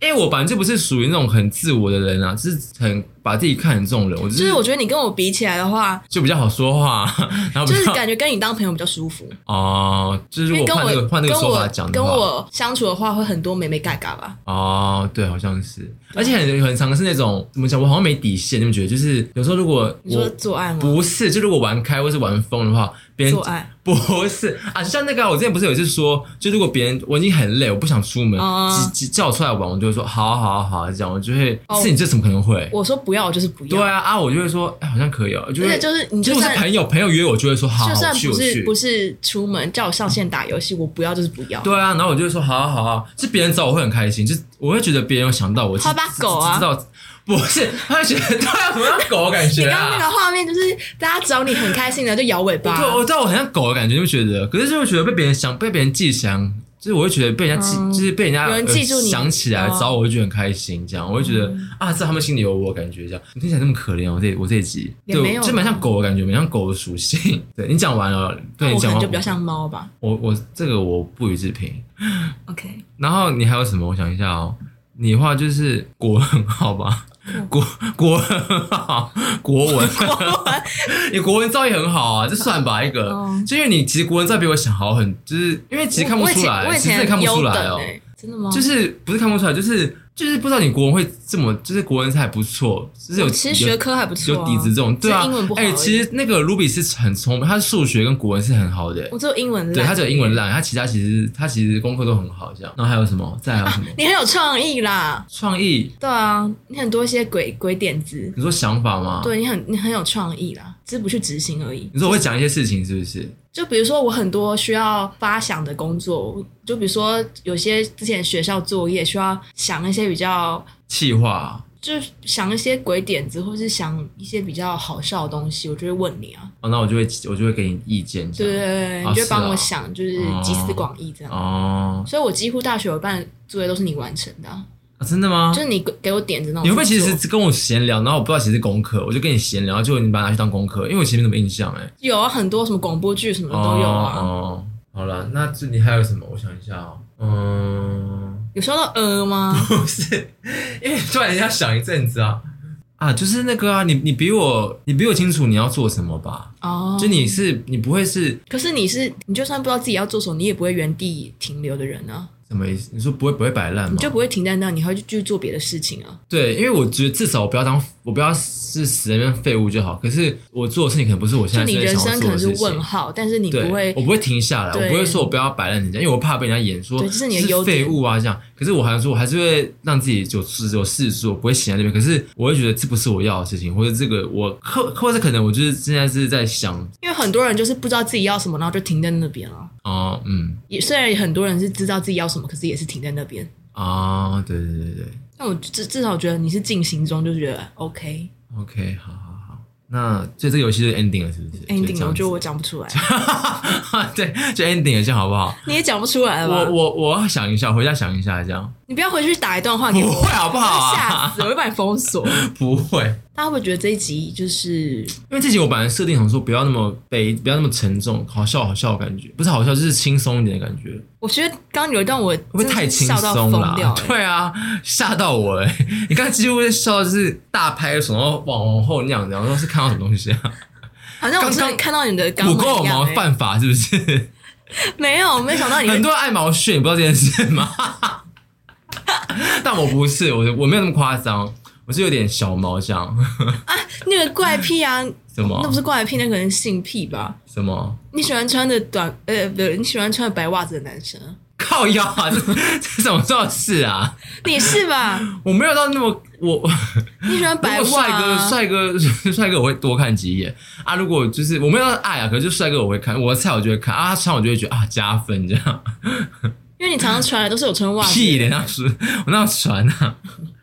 A: 因为我本来就不是属于那种很自我的人啊，就是很把自己看成这种人，我只
B: 就是是我觉得你跟我比起来的话，
A: 就比较好说话， [LAUGHS] 然后比
B: 就是
A: 较
B: 感觉跟你当朋友比较舒服，
A: 哦，嗯 [LAUGHS] 就是如
B: 因为
A: 果换
B: 跟我
A: 那个换那个
B: 跟
A: 说法
B: 我
A: 讲的
B: 跟
A: 话，
B: 我相处的话，会很多美美嘎嘎吧。
A: 哦，对，好像是，而且很很常是那种怎么讲，我好像没底线，你们觉得？就是有时候如果
B: 你说
A: 我
B: 做爱吗？
A: 不是，就如果玩开或是玩疯的话，别人
B: 做爱
A: 不是啊，就像那个啊、我之前不是有一次说，就如果别人我已经很累，我不想出门，
B: 嗯
A: 只只叫我出来玩，我就会说好啊好啊好啊，这样我就会，
B: 哦
A: 是你这怎么可能会？
B: 我说不要，我就是不要。
A: 对啊啊，我就会说，哎，好像可以哦，就
B: 而且
A: 是
B: 就是你就
A: 如果
B: 算
A: 是朋友，朋友约我就会说好，
B: 就
A: 好
B: 算
A: 去
B: 不
A: 我
B: 是
A: 去
B: 不。是出门叫我上线打游戏，我不要就是不要。
A: 对啊，然后我就会说好啊好啊，是别人找我会很开心，就是我会觉得别人有想到我，
B: 他
A: 知
B: 把狗啊
A: 知道不是，他会觉得对啊，怎么像狗的感
B: 你
A: 觉
B: 刚刚那
A: 啊？
B: 个画面就是大家找你很开心的就摇尾巴，
A: 对，我啊知道我很像狗的感觉，就会觉得，可是就会觉得被别人想被别人记想，就是我会觉得被人家记，
B: 嗯
A: 就是被人家
B: 有人记住你
A: 呃想起来
B: 哦嗯
A: 找我，我会觉得很开心，这样我会觉得、啊，这他们心里有我的感觉，这样你听起来那么可怜哦，我这我这一集
B: 也
A: 对，
B: 没有
A: 就蛮像狗的感觉，蛮像狗的属性。对你讲完了，对你
B: 我可
A: 讲
B: 能
A: 完
B: 就比较像猫吧。
A: 我我这个我不予置评。
B: OK，
A: 然后你还有什么？我想一下哦，你的话就是国文很好吧？
B: 嗯
A: 国国文很好，国文， [LAUGHS] 你国文造诣很好啊，这算吧一个。
B: 哦
A: 就因为你其实国文造诣比我想好很，就是因为其实看不
B: 我以
A: 出
B: 前我
A: 来，
B: 以
A: 其实真的
B: 前
A: 看不出
B: 优
A: 来
B: 等
A: 哦，
B: 欸真的吗？
A: 就是不是看不出来，就是就是不知道你国文会这么，就是国文才不错，就是有
B: 其实学科还不错、啊，
A: 有底子这种，对啊
B: 只是英文不，好而
A: 哎、
B: 已
A: 其实那个卢比是很聪明，他数学跟国文是很好的、欸
B: 我只有英文烂
A: 对他只有英文烂，他其他其实他其实功课都很好，这样。然后还有什么？再还有什么？
B: 你很有创意啦，
A: [LAUGHS] 创意？
B: 对啊，你很多一些鬼鬼点子，
A: 你说想法吗？。
B: 对你很你很有创意啦，只是不去执行而已。
A: 你说我会讲一些事情是不是？
B: 就比如说我很多需要发想的工作，就比如说有些之前学校作业需要想一些比较，
A: 气话
B: 就是想一些鬼点子，或是想一些比较好笑的东西，我就会问你啊，
A: 哦，那我就会我就会给你意见这
B: 对对
A: 样。
B: 对，
A: 啊
B: 你就会帮我
A: 是
B: 想，就是集思广益这样。
A: 哦、
B: 所以我几乎大学有半的作业都是你完成的啊、
A: 啊真的吗
B: 就？是你给我点子那种。
A: 你会不会其实跟我闲聊，然后我不知道其实是功课，我就跟你闲聊，结果你把它拿去当功课，因为我其实没什么印象哎、
B: 有啊，很多什么广播剧什么的都有啊。
A: 哦，哦好了，那这你还有什么？我想一下哦，嗯。
B: 有说到呃吗？
A: 不是，因为突然要想一阵子啊啊，就是那个啊，你你比我你比我清楚你要做什么吧？
B: 哦，
A: 就你是你不会是
B: 可是你是你就算不知道自己要做什么，你也不会原地停留的人啊，
A: 什么意思？你说不会不会摆烂吗
B: 你？就不会停在那，你还会去继续做别的事情啊。
A: 对，因为我觉得至少我不要当我不要是死在那边废物就好。可是我做的事情可能不是我现在
B: 就你
A: 真的
B: 人
A: 想要
B: 生可
A: 做
B: 能
A: 的
B: 是
A: 事情。
B: 问号，但是你
A: 对，
B: 不会
A: 我不会停下来，
B: 对
A: 我不会说我不要摆烂人家，因为我怕被人家演说
B: 对这是你的优点
A: 废物啊这样。可是我还是我还是会让自己有事有事做，不会闲在那边。可是我会觉得这不是我要的事情，或者这个我或或者可能我就是现在是在想，
B: 因为很多人就是不知道自己要什么，然后就停在那边啊。
A: 哦、嗯
B: 也虽然很多人是知道自己要什么，可是也是停在那边。
A: 啊、对对对对
B: 但我至至少觉得你是进行中，就觉得 OK
A: ，OK，好好好。那所以这个游戏就 ending 了，是不是
B: ending 了。我觉得
A: 就
B: 我讲不出来， [LAUGHS]
A: 哈哈， [LAUGHS] 对，就 ending 了，这样好不好？
B: 你也讲不出来
A: 我
B: 吧？
A: 我我要想一下，回家想一下，这样 [LAUGHS]
B: 你不要回去打一段话给
A: 不
B: 我，
A: 会好不好啊
B: 吓死我，我会把你封锁。
A: 不会。
B: 大家会不会觉得这一集就是
A: 因为这集我本来设定想说不要那么悲，不要那么沉重，好笑好笑的感觉，不是好笑就是轻松一点的感觉，
B: 我觉得刚刚有一段我
A: 会不会
B: 真的
A: 太
B: 是
A: 轻
B: 笑到
A: 松
B: 疯
A: 了
B: 掉、
A: 啊？
B: 欸
A: 对啊，吓到我哎、你刚才几乎笑到就是大拍手，然后往往后那样子，然后说是看到什么东西啊？
B: 好像我真
A: 刚刚
B: 的看到你的肛
A: 骨
B: 门
A: 沟有
B: 一样、
A: 毛
B: 欸。
A: 犯法是不是？
B: 没有，没想到你会
A: 很多人爱毛屑，你不知道这件事吗？ [LAUGHS] 但我不是，我我没有那么夸张，我是有点小毛这样，
B: 那个怪癖啊，
A: [LAUGHS] 什么
B: 那不是怪癖，那可能是性癖吧？
A: 什么
B: 你喜欢穿的短呃，不是，你喜欢穿的白袜子的男生，
A: 靠腰啊？ [LAUGHS] 这这什么造势啊？
B: 你
A: [LAUGHS]
B: 是吧？
A: 我没有到那么我。
B: 你喜欢白
A: 如果
B: 袜、
A: 帅
B: 啊
A: 哥，？帅哥， [LAUGHS] 帅哥，我会多看几眼啊。如果就是我没有到爱啊，可是就帅哥我会看，我的菜我就会看啊，他穿我就会觉得啊加分这样。
B: 因为你常常穿的都是有穿袜子
A: 屁
B: 的。
A: 脸那是 [LAUGHS] 我那穿啊，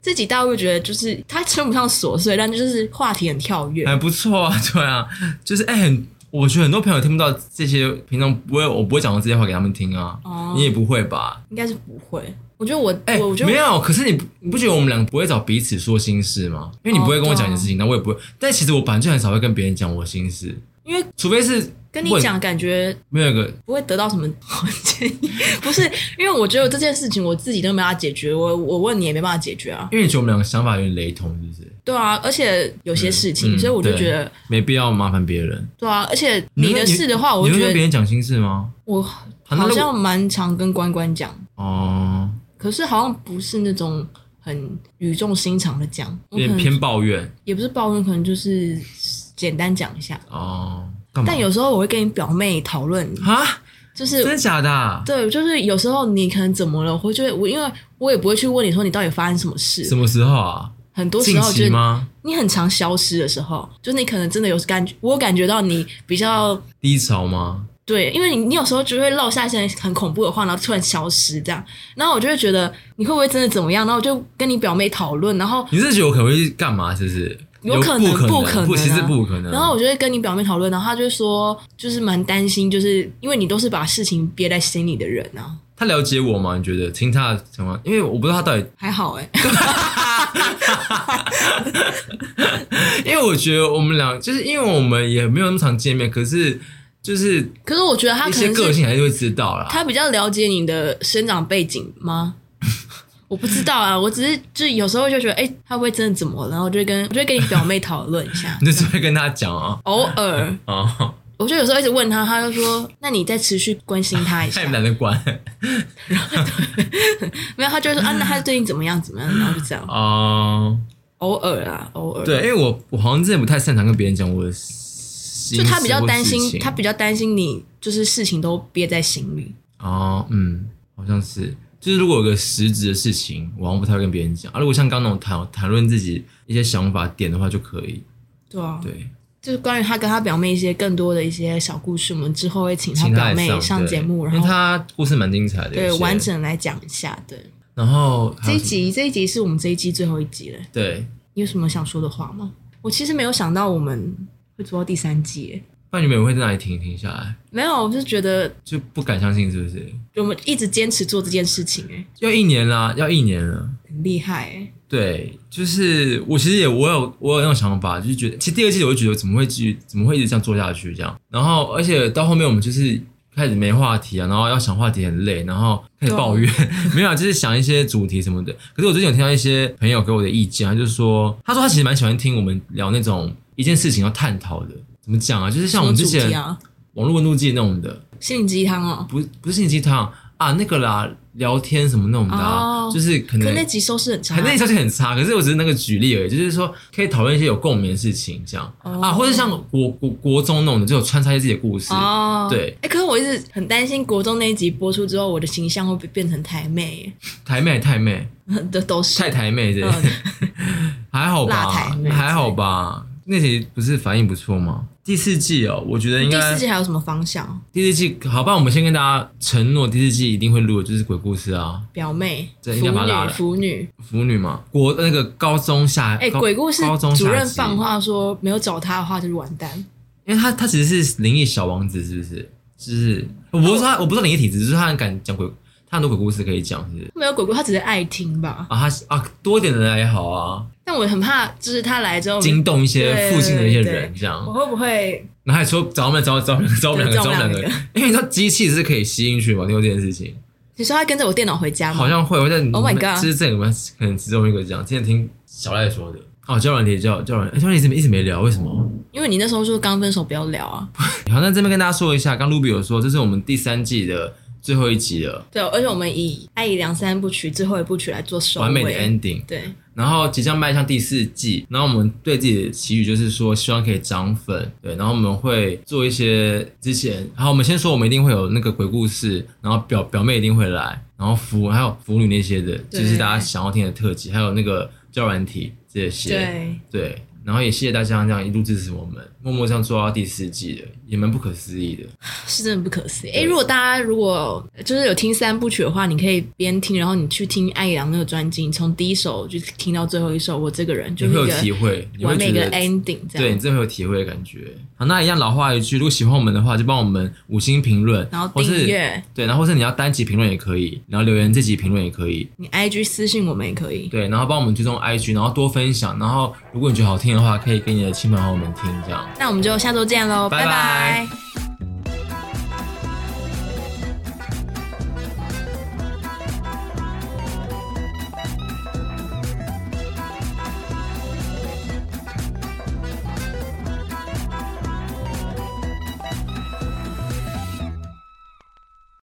B: 这集大家会觉得就是他称不上琐碎，但就是话题很跳跃。
A: 还不错啊， [LAUGHS] 对啊，就是哎、很，我觉得很多朋友听不到这些，平常不会，我不会讲到这些话给他们听啊。
B: 哦
A: 你也不会吧？
B: 应该是不会。我觉得我，
A: 哎、
B: 我我觉得
A: 没
B: 我
A: 有，可是你不你不觉得我们两个不会找彼
B: 哦啊
A: 此说心事吗？因为你不会跟我讲你的事情，那、我也不会。但其实我本来就很少会跟别人讲我心事，
B: 因为
A: 除非是
B: 跟你
A: 问
B: 讲，感觉
A: 没有一个
B: 不会得到什么好建议。不是，因为我觉得这件事情我自己都没办法解决，我我问你也没办法解决啊。
A: 因为你觉得我们两个想法有点雷同，是不是？
B: 对啊，而且有些事情，
A: 嗯
B: 所以我就
A: 对
B: 觉得，
A: 没必要麻烦别人。
B: 对啊，而且你的
A: 会
B: 事的话，哦我
A: 你
B: 就
A: 会跟别
B: 觉得
A: 人讲心事吗？
B: 我
A: 啊那
B: 好
A: 如
B: 像蛮常跟关关讲，
A: 哦，
B: 可是好像不是那种很语重心长的讲，
A: 有
B: 我可
A: 点
B: 能
A: 偏抱怨
B: 也不是抱怨，可能就是简单讲一下。
A: 哦。干嘛？
B: 但有时候我会跟你表妹讨论，
A: 啊，
B: 就是
A: 真的假的啊？
B: 对，就是有时候你可能怎么了，我会觉得我因为我也不会去问你说你到底发生什么事，
A: 什么时候啊？
B: 很多时
A: 近
B: 候就
A: 期吗？
B: 你很常消失的时候，就是你可能真的有感觉，我有感觉到你比较
A: 低潮吗？
B: 对，因为你你有时候就会落下一些很恐怖的话，然后突然消失这样，然后我就会觉得你会不会真的怎么样，然后我就跟你表妹讨论，然后
A: 你是觉得我可能会干嘛？是不是？
B: 有可能
A: 不可
B: 不可能啊
A: 不，其实不可能。
B: 然后我就会跟你表妹讨论，然后她就说就是蛮担心，就是因为你都是把事情憋在心里的人啊，
A: 他了解我吗？你觉得听他的情况，因为我不知道他到底， [LAUGHS]
B: 还好哎、
A: 因为我觉得我们俩就是因为我们也没有那么常见面，可是就是
B: [LAUGHS] 可是我觉得她
A: 一
B: 可
A: 些
B: 能
A: 个
B: 是
A: 性还是会知道啦。
B: 她比较了解你的生长背景吗？ [LAUGHS] 我不知道啊，我只是就有时候就觉得，哎、她会不会真的怎么了？然后我就会跟我就会跟你表妹讨论一下
A: [LAUGHS] ，你 [LAUGHS] 就只会跟他讲啊
B: 偶尔
A: 哦，
B: 我就有时候一直问他，他就说：“那你再持续关心他一
A: [LAUGHS]
B: 下”
A: 太。懒得管
B: 没有，他就会说：“啊，那他最近怎么样？怎么样？”然后就这样，
A: 哦。
B: [LAUGHS] 偶尔啊，偶尔。
A: 对，，因为我我好像之前不太擅长跟别人讲我的心
B: 就
A: 事
B: 他比较担
A: 或事
B: 心，
A: 情
B: 他比较担心你就是事情都憋在心里。
A: 哦，嗯，好像是，就是如果有个实质的事情，我好像不太会跟别人讲。啊，如果像刚刚那种谈谈论自己一些想法点的话，就可以。
B: 对啊，
A: 对，
B: 就是关于他跟他表妹一些更多的一些小故事，我们之后会请他
A: 请
B: 表
A: 来
B: 妹
A: 上
B: 上
A: 对
B: 节目，
A: 因为
B: 然后
A: 他故事蛮精彩的，
B: 对
A: 有些
B: 完。整来讲一下。对，
A: 然后还
B: 这
A: 有
B: 一
A: 什么
B: 集这一集是我们这一季最后一集了。
A: 对，
B: 你有什么想说的话吗？我其实没有想到我们会做到第三季耶，
A: 那你们会在哪里停停下来？
B: 没有，我就觉得
A: 就不敢相信是不是？
B: 我们一直坚持做这件事情、欸，
A: 要一年啦，要一年了。
B: 很厉害、欸。
A: 对，就是我其实也我有我有那种想法，就是觉得其实第二季我就觉得怎么会继续怎么会一直这样做下去这样，然后而且到后面我们就是开始没话题啊，然后要想话题很累，然后开始抱怨，
B: 哦
A: [LAUGHS] 没有啊，就是想一些主题什么的。可是我最近有听到一些朋友给我的意见，他就说他说他其实蛮喜欢听我们聊那种一件事情要探讨的，怎么讲啊，就是像我们之
B: 什么主题
A: 前
B: 啊，
A: 网络温度计那种的，
B: 心灵鸡汤哦，
A: 不不是心灵鸡汤啊那个啦，聊天什么那种的、啊，
B: 哦
A: 就是可
B: 可
A: 能
B: 是那集收视很差
A: 可能。那消息很差，可是我只是那个举例而已，就是说可以讨论一些有共鸣的事情，这样、
B: 哦
A: 啊，或者像国国国中那种的，就有穿插一些自己的故事。
B: 哦，
A: 对，
B: 哎、可是我一直很担心国中那一集播出之后，我的形象会不会变成台妹 [LAUGHS]
A: 台妹、太妹、
B: 耶，都都是
A: 太台妹这、
B: 嗯
A: [LAUGHS] 还好吧
B: 辣台妹，
A: 还好吧。那集不是反应不错吗？第四季哦，我觉得应
B: 第
A: 该
B: 四季还有什么方向？
A: 第四季好吧。我们先跟大家承诺，第四季一定会录的，就是鬼故事啊，
B: 表妹、腐
A: 这应该把它拉
B: 女、
A: 了
B: 腐女。
A: 腐女嘛，国那个高中下
B: 哎、
A: 高
B: 鬼故事
A: 高中
B: 主任
A: 下集
B: 放话说，没有找他的话就是完蛋。
A: 因为他他其实是灵异小王子，是不是？就是我不是说他，我不知道灵异体质，就是他很敢讲鬼，他很多鬼故事可以讲，是不是？
B: 没有鬼故事，他只是爱听吧。
A: 啊，他啊多一点的人也好啊，
B: 但我很怕，就是他来之后，
A: 惊动一些附近的一些人这
B: 我
A: 样。
B: 会不会
A: 然后还说找我们，找我们，找我们，找我们两个，
B: 对
A: 找我们
B: 找我
A: 两
B: 们
A: 个，因为你知道机器是可以吸进去嘛，听过这件事情，
B: 你说他跟着我电脑回家吗？
A: 好像会。我在
B: Oh my god
A: 就是这里面可能其中一个这样。之前听小赖说的，哦，教软体教教软，哎教软体怎么一直没聊？为什么？
B: 因为你那时候说刚分手不要聊啊，
A: 好，那这边跟大家说一下，刚 Ruby 有说，这是我们第三季的最后一集了，
B: 对，而且我们以《爱已凉》三部曲最后一部曲来做收尾，
A: 完美的 ending。
B: 对，
A: 然后即将迈向第四季，然后我们对自己的期许就是说，希望可以涨粉，对，然后我们会做一些之前，然后我们先说，我们一定会有那个鬼故事，然后表表妹一定会来，然后腐还有腐女那些的，
B: 对
A: 就是大家想要听的特辑，还有那个教软体这些，
B: 对
A: 对然后也谢谢大家这样一路支持我们，默默这样做到第四季的，也蛮不可思议的。
B: 是真的不可思议。哎，如果大家如果就是有听三部曲的话，你可以边听，然后你去听《爱已凉》那个专辑，你从第一首就听到最后一首，我这个人
A: 你
B: [LAUGHS] 就是
A: 会有
B: 一
A: 体
B: 个
A: 会，你会
B: 完美
A: 觉
B: 的
A: 得
B: ending，这
A: 对
B: 样
A: 你。真的会有体会的感觉。好，那一样老话一句，如果喜欢我们的话，就帮我们五星评论，
B: 然后
A: 或是
B: 订阅，
A: 对，然后或是你要单集评论也可以，然后留言这集评论也可以，
B: 你 IG 私信我们也可以。
A: 对，然后帮我们追踪 IG，然后多分享，然后如果你觉得好听听的话，可以给你的亲朋好友们听，这样。
B: 那我们就下周见喽，
A: 拜拜
B: 拜拜